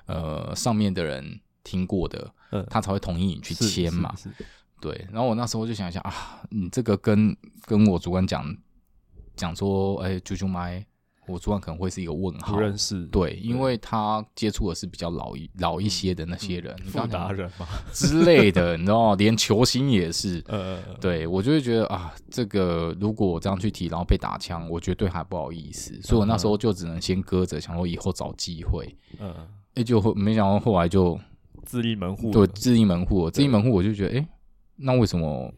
Speaker 2: 呃上面的人听过的，
Speaker 1: 嗯，
Speaker 2: 他才会同意你去签嘛，
Speaker 1: 是是
Speaker 2: 对，然后我那时候就想一下啊，你这个跟跟我主管讲讲说，哎、啾啾麦，我主管可能会是一个问号
Speaker 1: 不。认识，
Speaker 2: 对，因为他接触的是比较老一
Speaker 1: 嗯
Speaker 2: 老一些的那些人，你
Speaker 1: 富
Speaker 2: 刚刚
Speaker 1: 达人嘛，
Speaker 2: 之类的，你知道吗，连球星也是。
Speaker 1: 呃，
Speaker 2: 对，我就会觉得啊，这个如果我这样去提，然后被打枪，我觉得对他不好意思，所以我那时
Speaker 1: 嗯
Speaker 2: 候就只能先搁着，想说以后找机会。
Speaker 1: 呃，
Speaker 2: 哎、就会没想到后来就
Speaker 1: 自立门户，
Speaker 2: 对，自立门户，自立门户，我就觉得，哎、那为什么？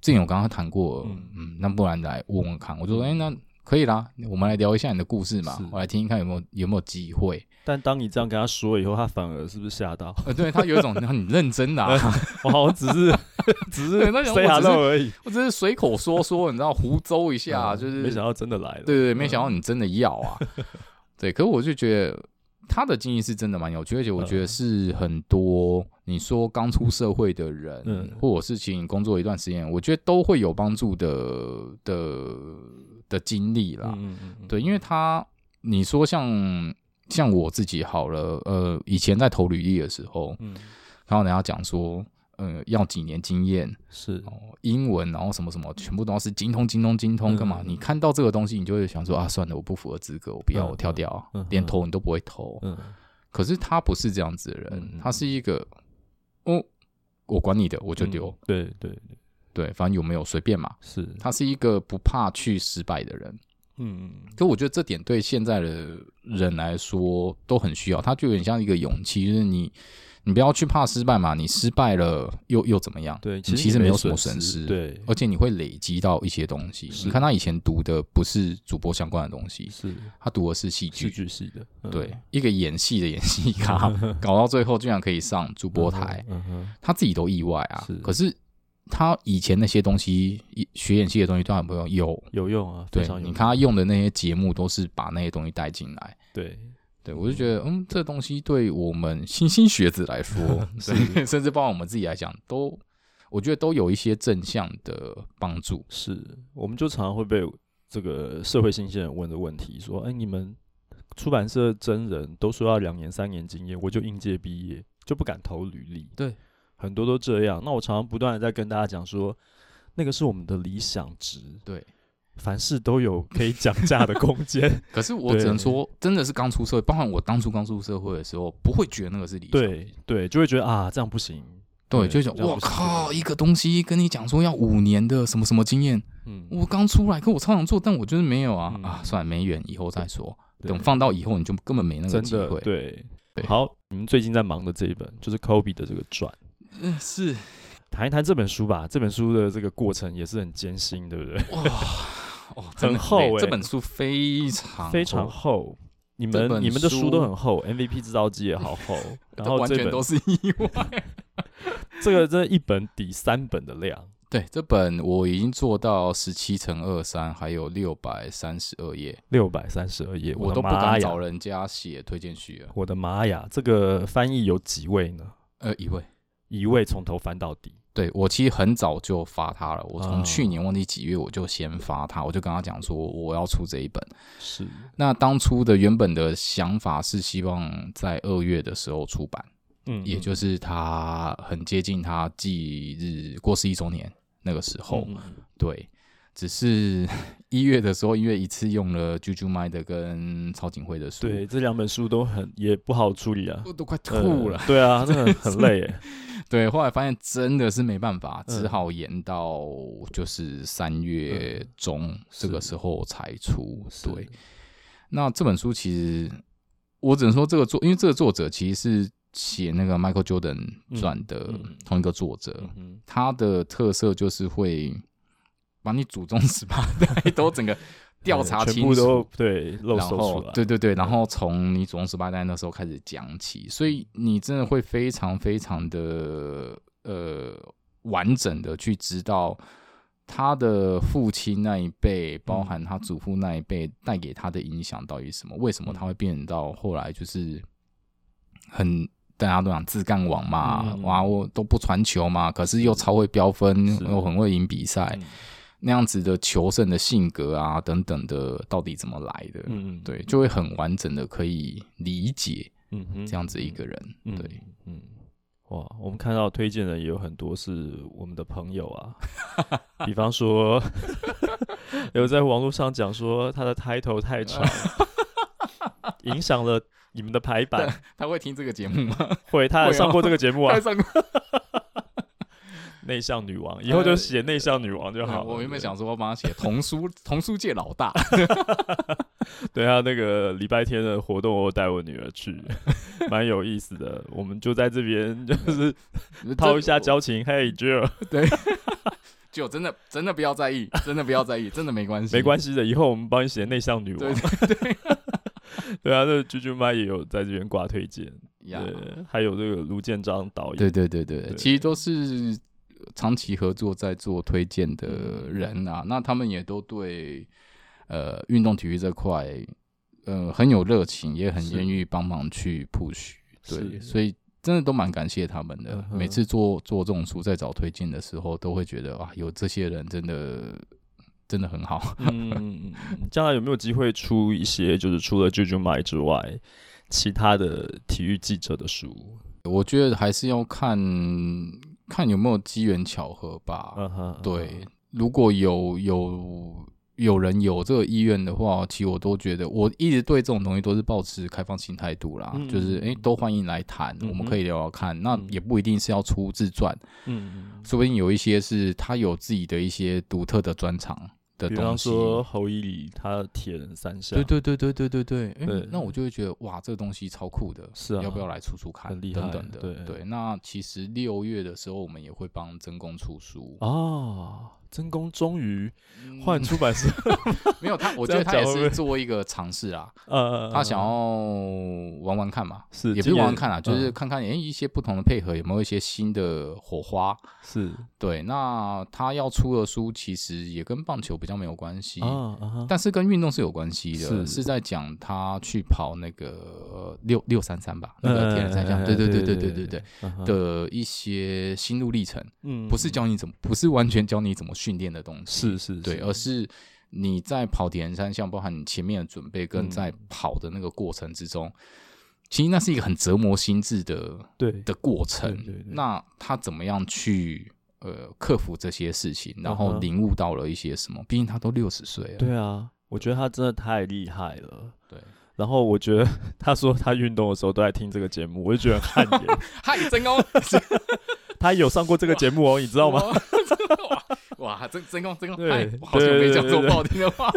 Speaker 2: 之前我刚刚谈过，
Speaker 1: 嗯
Speaker 2: 嗯那不然来问问看。我就说，哎、那可以啦，我们来聊一下你的故事嘛
Speaker 1: 是，
Speaker 2: 我来听听看有没有有没有机会。
Speaker 1: 但当你这样跟他说以后，他反而是不是吓到？ (laughs)
Speaker 2: 呃，对他有一种 (laughs) 很认真的、啊，
Speaker 1: 我好像只是
Speaker 2: (laughs)
Speaker 1: 只是
Speaker 2: 对那种
Speaker 1: say
Speaker 2: 我只是
Speaker 1: hello 而已，
Speaker 2: 我只是随口说说，你知道，胡诌一下，啊
Speaker 1: 嗯
Speaker 2: 就是
Speaker 1: 没想到真的来了。嗯
Speaker 2: 对对对，没想到你真的要啊。对，可我就觉得他的经历是真的蛮有趣，而且我觉得
Speaker 1: 嗯
Speaker 2: 是很多你说刚出社会的人，
Speaker 1: 嗯
Speaker 2: 或者是请你工作一段时间，我觉得都会有帮助的的的经历啦。
Speaker 1: 嗯嗯嗯，
Speaker 2: 对，因为他你说像像我自己好了，呃，以前在投履历的时候，
Speaker 1: 嗯，嗯
Speaker 2: 然后人家讲说，呃，要几年经验，
Speaker 1: 是
Speaker 2: 哦，英文，然后什么什么，全部都是精通、精通、精通，干嘛？
Speaker 1: 嗯
Speaker 2: 你看到这个东西，你就会想说啊，算了，我不符合资格，我不要，
Speaker 1: 嗯
Speaker 2: 我跳掉啊
Speaker 1: 嗯嗯，
Speaker 2: 连投你都不会投。
Speaker 1: 嗯
Speaker 2: 可是他不是这样子的
Speaker 1: 嗯嗯
Speaker 2: 人，他是一个，哦，我管你的，我就丢
Speaker 1: 嗯，对对对
Speaker 2: 对，反正有没有随便嘛。
Speaker 1: 是，
Speaker 2: 他是一个不怕去失败的人，
Speaker 1: 嗯嗯
Speaker 2: 可我觉得这点对现在的人来说都很需要，他就有点像一个勇气，就是你，你不要去怕失败嘛，你失败了又又怎么样？
Speaker 1: 对，
Speaker 2: 你
Speaker 1: 其
Speaker 2: 嗯其实没
Speaker 1: 没
Speaker 2: 有什么哦
Speaker 1: 损
Speaker 2: 损失
Speaker 1: 对
Speaker 2: 而且你会累积到一些东西。
Speaker 1: 是
Speaker 2: 你看他以前读的不是主播相关的东西，
Speaker 1: 是
Speaker 2: 他读的是戏
Speaker 1: 戏
Speaker 2: 剧，
Speaker 1: 剧系的，嗯
Speaker 2: 对，一个演戏的演戏
Speaker 1: (laughs)
Speaker 2: 咖，搞到最后居然可以上主播台，，
Speaker 1: 嗯哼嗯
Speaker 2: 他自己都意外啊
Speaker 1: 是。
Speaker 2: 可是他以前那些东西，一学演戏的东西都还没有有
Speaker 1: 哼，有用啊，非
Speaker 2: 对
Speaker 1: 常，有
Speaker 2: 你
Speaker 1: 用
Speaker 2: 看他用的那些节目都是把那些东西带进来。
Speaker 1: 对，
Speaker 2: 对，我就觉得，嗯，这东西对我们新兴学子来说
Speaker 1: (laughs) 是
Speaker 2: 对甚至包括我们自己来讲，都我觉得都有一些正向的帮助。
Speaker 1: 是，我们就常常会被这个社会新鲜人问的问题说，哎，你们出版社真人都说要两年三年经验，我就应届毕业就不敢投履历，
Speaker 2: 对，
Speaker 1: 很多都这样。那我常常不断的在跟大家讲说，那个是我们的理想值，
Speaker 2: 对，
Speaker 1: 凡事都有可以讲价的空
Speaker 2: (laughs)
Speaker 1: 间。
Speaker 2: 可是我
Speaker 1: 对
Speaker 2: 只能说，真的是刚出社会，包含我当初刚出社会的时候，不会觉得那个是理想。
Speaker 1: 对对，就会觉得啊，这样不行。
Speaker 2: 对，
Speaker 1: 对
Speaker 2: 就想
Speaker 1: 这样
Speaker 2: 我
Speaker 1: 不是
Speaker 2: 靠，一个东西跟你讲说要五年的什么什么经验，
Speaker 1: 嗯，
Speaker 2: 我刚出来，可我超想做，但我就是没有啊、
Speaker 1: 嗯
Speaker 2: 啊，算了，没缘，以后再说。
Speaker 1: 对
Speaker 2: 等放到以后，你就根本没那个
Speaker 1: 真
Speaker 2: 机
Speaker 1: 的
Speaker 2: 会。
Speaker 1: 对。
Speaker 2: 对
Speaker 1: 好，你们最近在忙的这一本就是 Kobe 的这个传，
Speaker 2: 嗯，是
Speaker 1: 谈一谈这本书吧。这本书的这个过程也是很艰辛，对不对？
Speaker 2: 哇，
Speaker 1: (laughs)
Speaker 2: 哦，真
Speaker 1: 很
Speaker 2: 的
Speaker 1: 厚
Speaker 2: 累
Speaker 1: 欸
Speaker 2: 这本书非常
Speaker 1: 非常
Speaker 2: 厚，
Speaker 1: 厚。你
Speaker 2: 这
Speaker 1: 们
Speaker 2: 本
Speaker 1: 你们的书都
Speaker 2: 书
Speaker 1: 很厚，MVP 制造机也好
Speaker 2: (laughs)
Speaker 1: 厚，然
Speaker 2: 这
Speaker 1: 后
Speaker 2: 完
Speaker 1: 这
Speaker 2: 全
Speaker 1: 本
Speaker 2: 都是意外。 (laughs)
Speaker 1: 这个这一本抵三本的量，
Speaker 2: 对，这本我已经做到十七乘二三，还有六百三十二页，
Speaker 1: 六百三十二页，
Speaker 2: 我
Speaker 1: 的
Speaker 2: 都不
Speaker 1: 妈
Speaker 2: 敢
Speaker 1: 呀
Speaker 2: 找人家写推荐序了。
Speaker 1: 我的妈呀，这个翻译有几位呢？
Speaker 2: 呃，一位。
Speaker 1: 一位从头翻到底，
Speaker 2: 对我其实很早就发他了，我
Speaker 1: 啊
Speaker 2: 从去年忘记几月我就先发他，我就跟他讲说我要出这一本。
Speaker 1: 是
Speaker 2: 那当初的原本的想法是希望在二月的时候出版，
Speaker 1: 嗯
Speaker 2: 也就是他很接近他忌日过世一周年那个时候。
Speaker 1: 嗯嗯嗯
Speaker 2: 对，只是一月的时候，因为一次用了啾啾麦的跟曹景辉的书，
Speaker 1: 对，这两本书都很也不好处理啊，
Speaker 2: 我都快吐了。
Speaker 1: 呃对啊，这很很累耶，
Speaker 2: 对，后来发现真的是没办法，
Speaker 1: 嗯
Speaker 2: 只好延到就是三月中、这个
Speaker 1: 嗯是
Speaker 2: 时候才出。
Speaker 1: 是
Speaker 2: (laughs) 对，，那这本书其实我只能说这个作，因为这个作者其实是写那个 Michael Jordan 传的
Speaker 1: 嗯嗯
Speaker 2: 同一个作者，
Speaker 1: 嗯哼
Speaker 2: 他的特色就是会把你祖宗十八代 (laughs) 都整个调查
Speaker 1: 呃全
Speaker 2: 清
Speaker 1: 部都
Speaker 2: 楚。
Speaker 1: 对漏
Speaker 2: 然
Speaker 1: 搜
Speaker 2: 后
Speaker 1: 出来，
Speaker 2: 对对对，然后从你祖宗十八代那时候开始讲起，所以你真的会非常非常的呃完整的去知道他的父亲那一辈，
Speaker 1: 嗯
Speaker 2: 包含他祖父那一辈带给他的影响到底是什么？为
Speaker 1: 嗯
Speaker 2: 什么他会变到后来就是很大家都讲自干王嘛，
Speaker 1: 嗯嗯嗯
Speaker 2: 哇，我都不传球嘛，可是又超会飙分
Speaker 1: 是，
Speaker 2: 又很会赢比赛，
Speaker 1: 嗯
Speaker 2: 那样子的求胜的性格啊等等的，到底怎么来的？
Speaker 1: 嗯嗯
Speaker 2: 对，就会很完整的可以理解
Speaker 1: 嗯哼
Speaker 2: 这样子一个人。
Speaker 1: 嗯
Speaker 2: 对，
Speaker 1: 嗯，哇，我们看到推荐的也有很多是我们的朋友啊，比方
Speaker 2: (laughs)
Speaker 1: 说有在网络上讲说他的 title 太
Speaker 2: (laughs)
Speaker 1: 长，影响了你们的排版。
Speaker 2: 他会听这个节目
Speaker 1: (laughs)
Speaker 2: 吗？
Speaker 1: 会，他还
Speaker 2: 会哦
Speaker 1: 上过这个节目啊
Speaker 2: (laughs) 他，上过
Speaker 1: 内向女王，以后就写内向女王就好了。
Speaker 2: 呃我原本
Speaker 1: 对
Speaker 2: 想说帮他写童书， (laughs) 童书界老
Speaker 1: (laughs)
Speaker 2: 大。 (laughs)
Speaker 1: 对啊，那个礼拜天的活动，我有带我女儿去，蛮有意思的。我们就在这边就是
Speaker 2: 这
Speaker 1: 套一下
Speaker 2: 我
Speaker 1: 交情，嘿 j e
Speaker 2: 就真的真的不要在意， (laughs) 真的不要在意，真的没关系，
Speaker 1: 没关
Speaker 2: 系。
Speaker 1: 系的，以后我们帮你写内向女
Speaker 2: 对
Speaker 1: 王。
Speaker 2: 对对
Speaker 1: 对啊，那啾啾妈也有在这边挂推荐，
Speaker 2: 呀，
Speaker 1: 对，还有这个卢建章导演，
Speaker 2: 对对对对，
Speaker 1: 对
Speaker 2: 其实都是长期合作在做推荐的人啊，那他们也都对呃运动体育这块呃很有热情，也很
Speaker 1: 是
Speaker 2: 愿意帮忙去 push，对，
Speaker 1: 是
Speaker 2: 所以。真的都蛮感谢他们的。
Speaker 1: 嗯哼
Speaker 2: 每次做做这种书在找推荐的时候，都会觉得哇，有这些人真的真的很好。 (laughs)
Speaker 1: 嗯，嗯嗯将来有没有机会出一些，就是除了 JoJo m 之外，其他的体育记者的书？
Speaker 2: 我觉得还是要看看有没有机缘巧合吧。
Speaker 1: 嗯哼，
Speaker 2: 对，如果有有有人有这个意愿的话，其实我都觉得，我一直对这种东西都是保持开放性态度啦，
Speaker 1: 嗯
Speaker 2: 就是诶，都欢迎来谈，我
Speaker 1: 嗯
Speaker 2: 们
Speaker 1: 哼
Speaker 2: 可以聊聊看。那
Speaker 1: 嗯
Speaker 2: 也不一定是要出自传，
Speaker 1: 嗯，嗯，
Speaker 2: 说不定有一些是他有自己的一些独特的专长的
Speaker 1: 比
Speaker 2: 东
Speaker 1: 方
Speaker 2: 西。
Speaker 1: 说侯伊里他铁人三项，
Speaker 2: 对对对对对对对，诶
Speaker 1: 对
Speaker 2: 那我就会觉得哇，这个东西超酷的，
Speaker 1: 是啊
Speaker 2: 要不要来出出看？
Speaker 1: 很厉
Speaker 2: 等
Speaker 1: 害
Speaker 2: 等的，
Speaker 1: 对
Speaker 2: 那其实六月的时候，我们也会帮真宫出书，
Speaker 1: 哦，真宫终于
Speaker 2: 嗯
Speaker 1: 换出版社，
Speaker 2: 没有他，
Speaker 1: (laughs)
Speaker 2: 我
Speaker 1: 这样
Speaker 2: 觉得他
Speaker 1: 讲
Speaker 2: 也
Speaker 1: 会不
Speaker 2: 是
Speaker 1: 会
Speaker 2: 做一个尝试
Speaker 1: (laughs)
Speaker 2: 啊，
Speaker 1: 呃，
Speaker 2: 他想要玩玩看嘛，
Speaker 1: 是
Speaker 2: 也不
Speaker 1: 今
Speaker 2: 是玩
Speaker 1: 年
Speaker 2: 玩看啊，就是
Speaker 1: 嗯
Speaker 2: 看看诶一些不同的配合有没有一些新的火花。
Speaker 1: 是
Speaker 2: 对，那他要出的书其实也跟棒球比较没有关系，
Speaker 1: 啊啊哈，
Speaker 2: 但是跟运动是有关系的，
Speaker 1: 是
Speaker 2: 是在讲他去跑那个呃六六三三吧，那个铁人三项，
Speaker 1: 嗯
Speaker 2: 对对对
Speaker 1: 对
Speaker 2: 对对对对
Speaker 1: 嗯哼，
Speaker 2: 的一些心路历程，
Speaker 1: 嗯
Speaker 2: 不是教你怎么，不是完全教你怎么训练的东西，
Speaker 1: 是是
Speaker 2: 对，
Speaker 1: 是
Speaker 2: 而是你在跑铁人三项，包含你前面的准备跟
Speaker 1: 嗯
Speaker 2: 在跑的那个过程之中，其实那是一个很折磨心智的
Speaker 1: 对
Speaker 2: 的过程。
Speaker 1: 对对对
Speaker 2: 那他怎么样去呃克服这些事情，然
Speaker 1: 嗯
Speaker 2: 后
Speaker 1: 哼
Speaker 2: 领悟到了一些什么？毕竟他都六十岁了，
Speaker 1: 对啊，我觉得他真的太厉害了。
Speaker 2: 对，
Speaker 1: 然后我觉得 (laughs) 他说他运动的时候都在听这个节目，我就觉得很汗
Speaker 2: (laughs)
Speaker 1: 颜。
Speaker 2: 嗨，真哦功，知
Speaker 1: 他有上过这个节目哦，你知道吗？？
Speaker 2: (laughs) 哇哇，真真功真功，
Speaker 1: 对
Speaker 2: 嗨，我好久没讲这种
Speaker 1: 对对对对
Speaker 2: 不好听的话。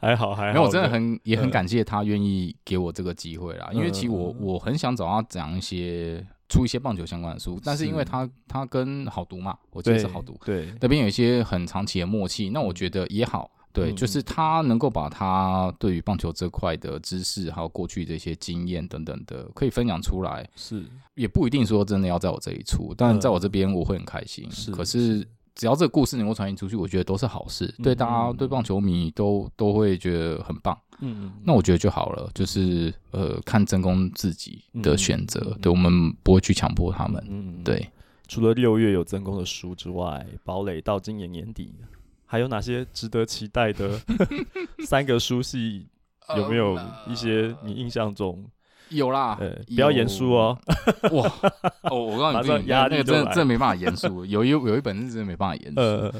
Speaker 1: 还好还好，
Speaker 2: (laughs) 没有，我真的很也很
Speaker 1: 嗯
Speaker 2: 感谢他愿意给我这个机会啦，因为其实我
Speaker 1: 嗯嗯嗯
Speaker 2: 我很想找他讲一些出一些棒球相关的书，但是因为他他跟好读嘛，我记
Speaker 1: 对
Speaker 2: 得是好读
Speaker 1: 对
Speaker 2: 那边有一些很长期的默契，那我觉得也好。对，
Speaker 1: 嗯
Speaker 2: 就是他能够把他对于棒球这块的知识，还有过去的一些经验等等的，可以分享出来，
Speaker 1: 是
Speaker 2: 也不一定说真的要在我这里出，但
Speaker 1: 嗯
Speaker 2: 在我这边我会很开心。
Speaker 1: 是
Speaker 2: 可是只要这个故事能够传递出去，我觉得都是好事，对大家
Speaker 1: 嗯
Speaker 2: 对棒球迷都都会觉得很棒。
Speaker 1: 嗯
Speaker 2: 那我觉得就好了，就是呃，看真宫自己的选择，
Speaker 1: 嗯
Speaker 2: 对我们不会去强迫他们。
Speaker 1: 嗯，
Speaker 2: 对，
Speaker 1: 除了六月有曾公的书之外，堡垒到今年年底还有哪些值得期待
Speaker 2: (laughs)
Speaker 1: 的三个书系？嗯有没有
Speaker 2: 呃
Speaker 1: 一些你印象中？
Speaker 2: 有啦？
Speaker 1: 呃，不要严肃哦。
Speaker 2: 有。哇，哦，我告诉
Speaker 1: 马
Speaker 2: 你，
Speaker 1: 上
Speaker 2: 不行
Speaker 1: 压
Speaker 2: 那
Speaker 1: 力
Speaker 2: 个
Speaker 1: 就
Speaker 2: 真
Speaker 1: 来
Speaker 2: 的真的没办法严肃，有一有一本是真的没办法严肃。
Speaker 1: 呃，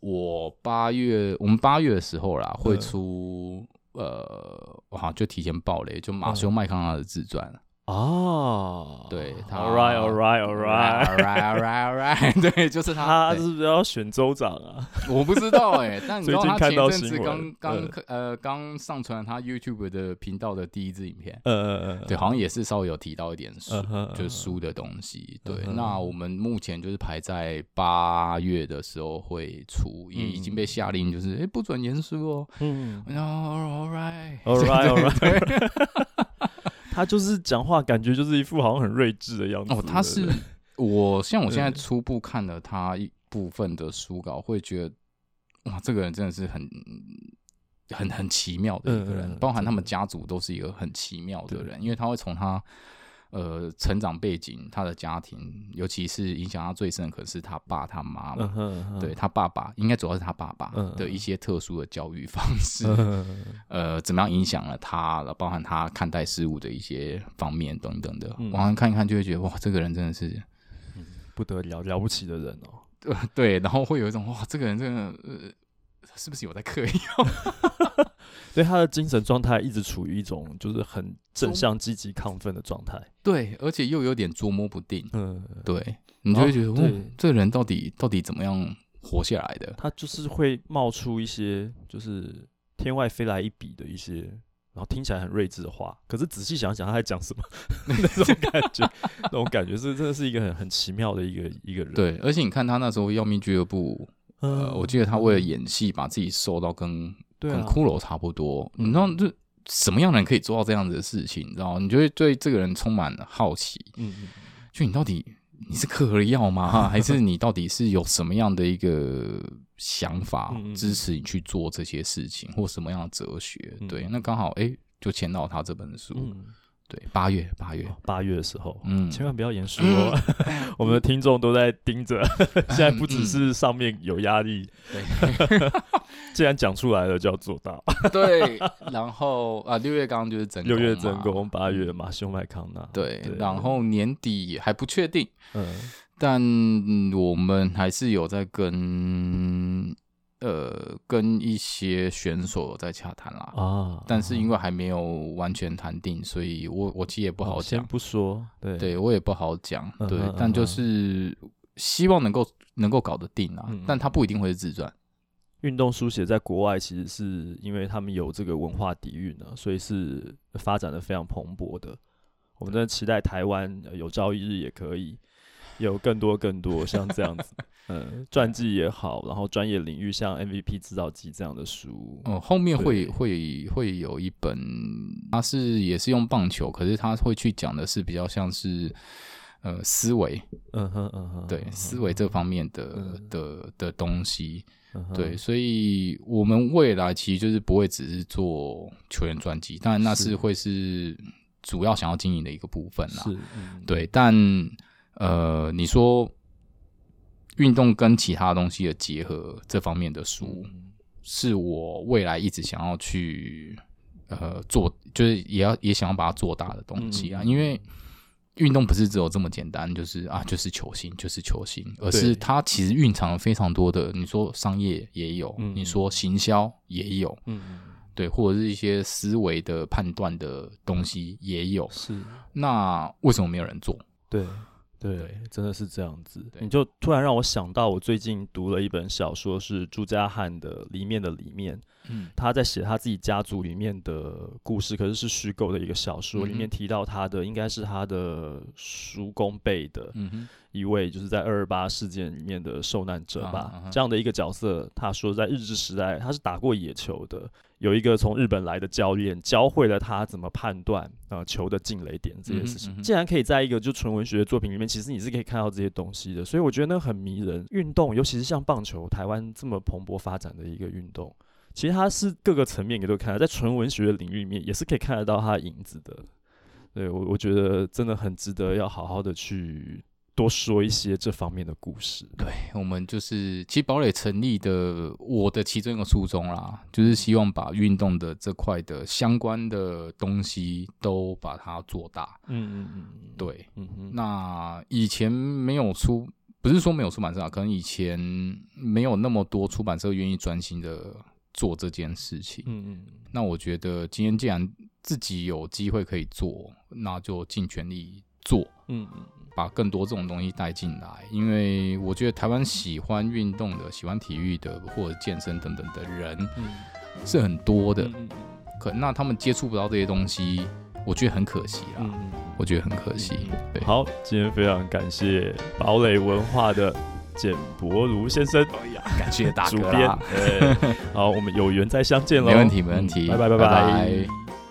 Speaker 2: 我八月，我们八月的时候啦，会
Speaker 1: 嗯
Speaker 2: 出、呃，哇，就提前爆雷，就马
Speaker 1: 嗯
Speaker 2: 修麦康纳的自传。
Speaker 1: 哦，
Speaker 2: 对他
Speaker 1: ，All right, all right, all right。
Speaker 2: all right, all right, all right，对， (laughs) 就是他。
Speaker 1: (laughs) 他
Speaker 2: 对
Speaker 1: 是不是要选州长 (laughs) 啊？
Speaker 2: 我不知道哎、但你知道
Speaker 1: 最近
Speaker 2: 他
Speaker 1: 看
Speaker 2: 前
Speaker 1: 到
Speaker 2: 阵子
Speaker 1: 新闻
Speaker 2: 刚刚
Speaker 1: 嗯
Speaker 2: 呃刚上传他 YouTube 的频道的第一支影片，
Speaker 1: 呃，
Speaker 2: 对，好像也是稍微有提到一点书，
Speaker 1: 嗯哼，
Speaker 2: 就是书的东西。对，
Speaker 1: 嗯哼
Speaker 2: 那我们目前就是排在八月的时候会出，也已经被下令就是哎、诶不准言书哦。
Speaker 1: 嗯
Speaker 2: 然后 All right，
Speaker 1: ，All right, all
Speaker 2: (laughs)
Speaker 1: (laughs) right。他就是讲话，感觉就是一副好像很睿智的样子。
Speaker 2: 哦，他是我像我现在
Speaker 1: 对
Speaker 2: 初步看了他一部分的书稿，会觉得哇，这个人真的是很很很奇妙的一个人，
Speaker 1: 嗯嗯嗯
Speaker 2: 包含他
Speaker 1: 真的
Speaker 2: 们家族都是一个很奇妙的
Speaker 1: 对
Speaker 2: 人，因为他会从他。呃，成长背景、他的家庭，尤其是影响他最深，可能是他爸、他妈
Speaker 1: 嗯
Speaker 2: 妈，
Speaker 1: 哼，嗯哼
Speaker 2: 对，他爸爸，应该主要是他爸爸
Speaker 1: 嗯嗯
Speaker 2: 的一些特殊的教育方式，
Speaker 1: 嗯
Speaker 2: 呃，怎么样影响了他，包含他看待事物的一些方面等等的。
Speaker 1: 嗯
Speaker 2: 往上看一看，就会觉得哇，这个人真的 (laughs) 是
Speaker 1: 不得了，了不起的人哦。
Speaker 2: 对，然后会有一种哇，这个人真的呃，是不是有在刻意？
Speaker 1: 对他的精神状态一直处于一种就是很正向、积极、亢奋的状态。
Speaker 2: (laughs) 对，而且又有点捉摸不定，
Speaker 1: 嗯，
Speaker 2: 对你就会觉得、
Speaker 1: 哦
Speaker 2: 哇，
Speaker 1: 对
Speaker 2: 这个人到底到底怎么样活下来的？
Speaker 1: 他就是会冒出一些就是天外飞来一笔的一些然后听起来很睿智的话，可是仔细想想他在讲什么， (laughs) 那种感觉，那种感觉是真的是一个很很奇妙的一个一个人。
Speaker 2: 对，而且你看他那时候要命俱乐部，
Speaker 1: 嗯，
Speaker 2: 呃，我记得他为了演戏把自己瘦到跟
Speaker 1: 对
Speaker 2: 跟
Speaker 1: 啊，
Speaker 2: 骷髅差不多。你知道这什么样的人可以做到这样子的事情？你知道，你就会对这个人充满好奇。
Speaker 1: 嗯嗯
Speaker 2: 就你到底你是嗑了
Speaker 1: (laughs)
Speaker 2: 药吗？还是你到底是有什么样的一个想法
Speaker 1: 嗯嗯嗯
Speaker 2: 支持你去做这些事情，或什么样的哲学？
Speaker 1: 嗯
Speaker 2: 对，那刚好哎、就签到他这本书。
Speaker 1: 嗯，
Speaker 2: 对，八月，八月，
Speaker 1: 八月的时候，
Speaker 2: 嗯，
Speaker 1: 千万不要严肃哦，我们的听众都在盯
Speaker 2: (laughs)
Speaker 1: 着，现在不
Speaker 2: 嗯
Speaker 1: 只是上面有压力， (laughs) 既然讲出来了就要做到。
Speaker 2: 对，然后啊，六月刚刚就是真
Speaker 1: 六月
Speaker 2: 嘛嗯
Speaker 1: 真宫，八月马修麦康纳，，
Speaker 2: 对
Speaker 1: 对，
Speaker 2: 然后年底还不确定，
Speaker 1: 嗯
Speaker 2: 但我们还是有在跟呃跟一些选手有在洽谈啦。
Speaker 1: 啊，
Speaker 2: 但是因为还没有完全谈定，所以我我其实也不好
Speaker 1: 哦先
Speaker 2: 讲，
Speaker 1: 不说，对，
Speaker 2: 对我也不好讲，
Speaker 1: 嗯
Speaker 2: 对
Speaker 1: 嗯嗯，
Speaker 2: 但就
Speaker 1: 嗯
Speaker 2: 是希望能够能够搞得定啊
Speaker 1: 嗯嗯，
Speaker 2: 但它不一定会是自传，
Speaker 1: 运动书写在国外其实是因为他们有这个文化底蕴呢，所以是发展的非常蓬勃的。我们真的期待台湾呃有朝一日也可以有更多更多像这样
Speaker 2: (laughs)
Speaker 1: 子，嗯，传记也好，然后专业领域像 MVP 制造机这样的书，
Speaker 2: 嗯，后面会
Speaker 1: 对
Speaker 2: 会会有一本，它是也是用棒球，可是它会去讲的是比较像是。呃，思维
Speaker 1: 嗯哼嗯哼，
Speaker 2: 对
Speaker 1: 嗯哼
Speaker 2: 思维这方面的、
Speaker 1: 嗯
Speaker 2: 的的东西，
Speaker 1: 嗯哼
Speaker 2: 对，所以我们未来其实就是不会只是做球员传记，当然那
Speaker 1: 是
Speaker 2: 是会是主要想要经营的一个部分啦。
Speaker 1: 是，嗯
Speaker 2: 对，但呃，你说运动跟其他东西的结合这方面的书，
Speaker 1: 嗯
Speaker 2: 是我未来一直想要去呃做，就是也要也想要把它做大的东西啊，
Speaker 1: 嗯嗯嗯
Speaker 2: 因为。运动不是只有这么简单，就是啊，就是球星，就是球星，而
Speaker 1: 对
Speaker 2: 是它其实蕴藏了非常多的。你说商业也有，
Speaker 1: 嗯
Speaker 2: 你
Speaker 1: 嗯
Speaker 2: 说行销也有，
Speaker 1: 嗯嗯
Speaker 2: 对，或者是一些思维的判断的东西也有。
Speaker 1: 是，
Speaker 2: 那为什么没有人做？
Speaker 1: 对对
Speaker 2: 对，
Speaker 1: 真的是这样子。
Speaker 2: 对
Speaker 1: 你就突然让我想到，我最近读了一本小说，是朱家汉的《里面的里面》，
Speaker 2: 嗯
Speaker 1: 他在写他自己家族里面的故事，可是是虚构的一个小说，
Speaker 2: 嗯哼
Speaker 1: 里面提到他的应该是他的叔公辈的
Speaker 2: 嗯哼，
Speaker 1: 一位，就是在二二八事件里面的受难者吧，
Speaker 2: 啊啊啊
Speaker 1: 这样的一个角色。他说，在日治时代，他是打过野球的。有一个从日本来的教练教会了他怎么判断呃球的进垒点这些事情
Speaker 2: 嗯哼嗯。哼
Speaker 1: 既然可以在一个就纯文学的作品里面，其实你是可以看到这些东西的，所以我觉得那很迷人。运动，尤其是像棒球，台湾这么蓬勃发展的一个运动，其实它是各个层面你都看得到，在纯文学的领域里面也是可以看得到它的影子的。对我，我觉得真的很值得要好好的去多说一些这方面的故事。
Speaker 2: 对，哎我们就是其实堡垒成立的我的其中一个初衷啦，就是希望把运动的这块的相关的东西都把它做大。
Speaker 1: 嗯嗯嗯，嗯，
Speaker 2: 对，
Speaker 1: 嗯哼，
Speaker 2: 那以前没有出，不是说没有出版社啊，可能以前没有那么多出版社愿意专心的做这件事情。
Speaker 1: 嗯嗯
Speaker 2: 那我觉得今天既然自己有机会可以做，那就尽全力做。
Speaker 1: 嗯嗯
Speaker 2: 把更多这种东西带进来，因为我觉得台湾喜欢运动的、喜欢体育的或者健身等等的人
Speaker 1: 嗯，
Speaker 2: 是很多的，
Speaker 1: 嗯嗯
Speaker 2: 可那他们接触不到这些东西，我觉得很可惜啦，
Speaker 1: 嗯嗯嗯。
Speaker 2: 我觉得很可惜。对，
Speaker 1: 好，今天非常感谢堡垒文化的简博如先生，
Speaker 2: 感谢大
Speaker 1: 主
Speaker 2: 哥
Speaker 1: 编
Speaker 2: 啦，。
Speaker 1: 对好，我们有缘再相见喽，
Speaker 2: 没问题没问题
Speaker 1: 嗯拜拜拜
Speaker 2: 拜拜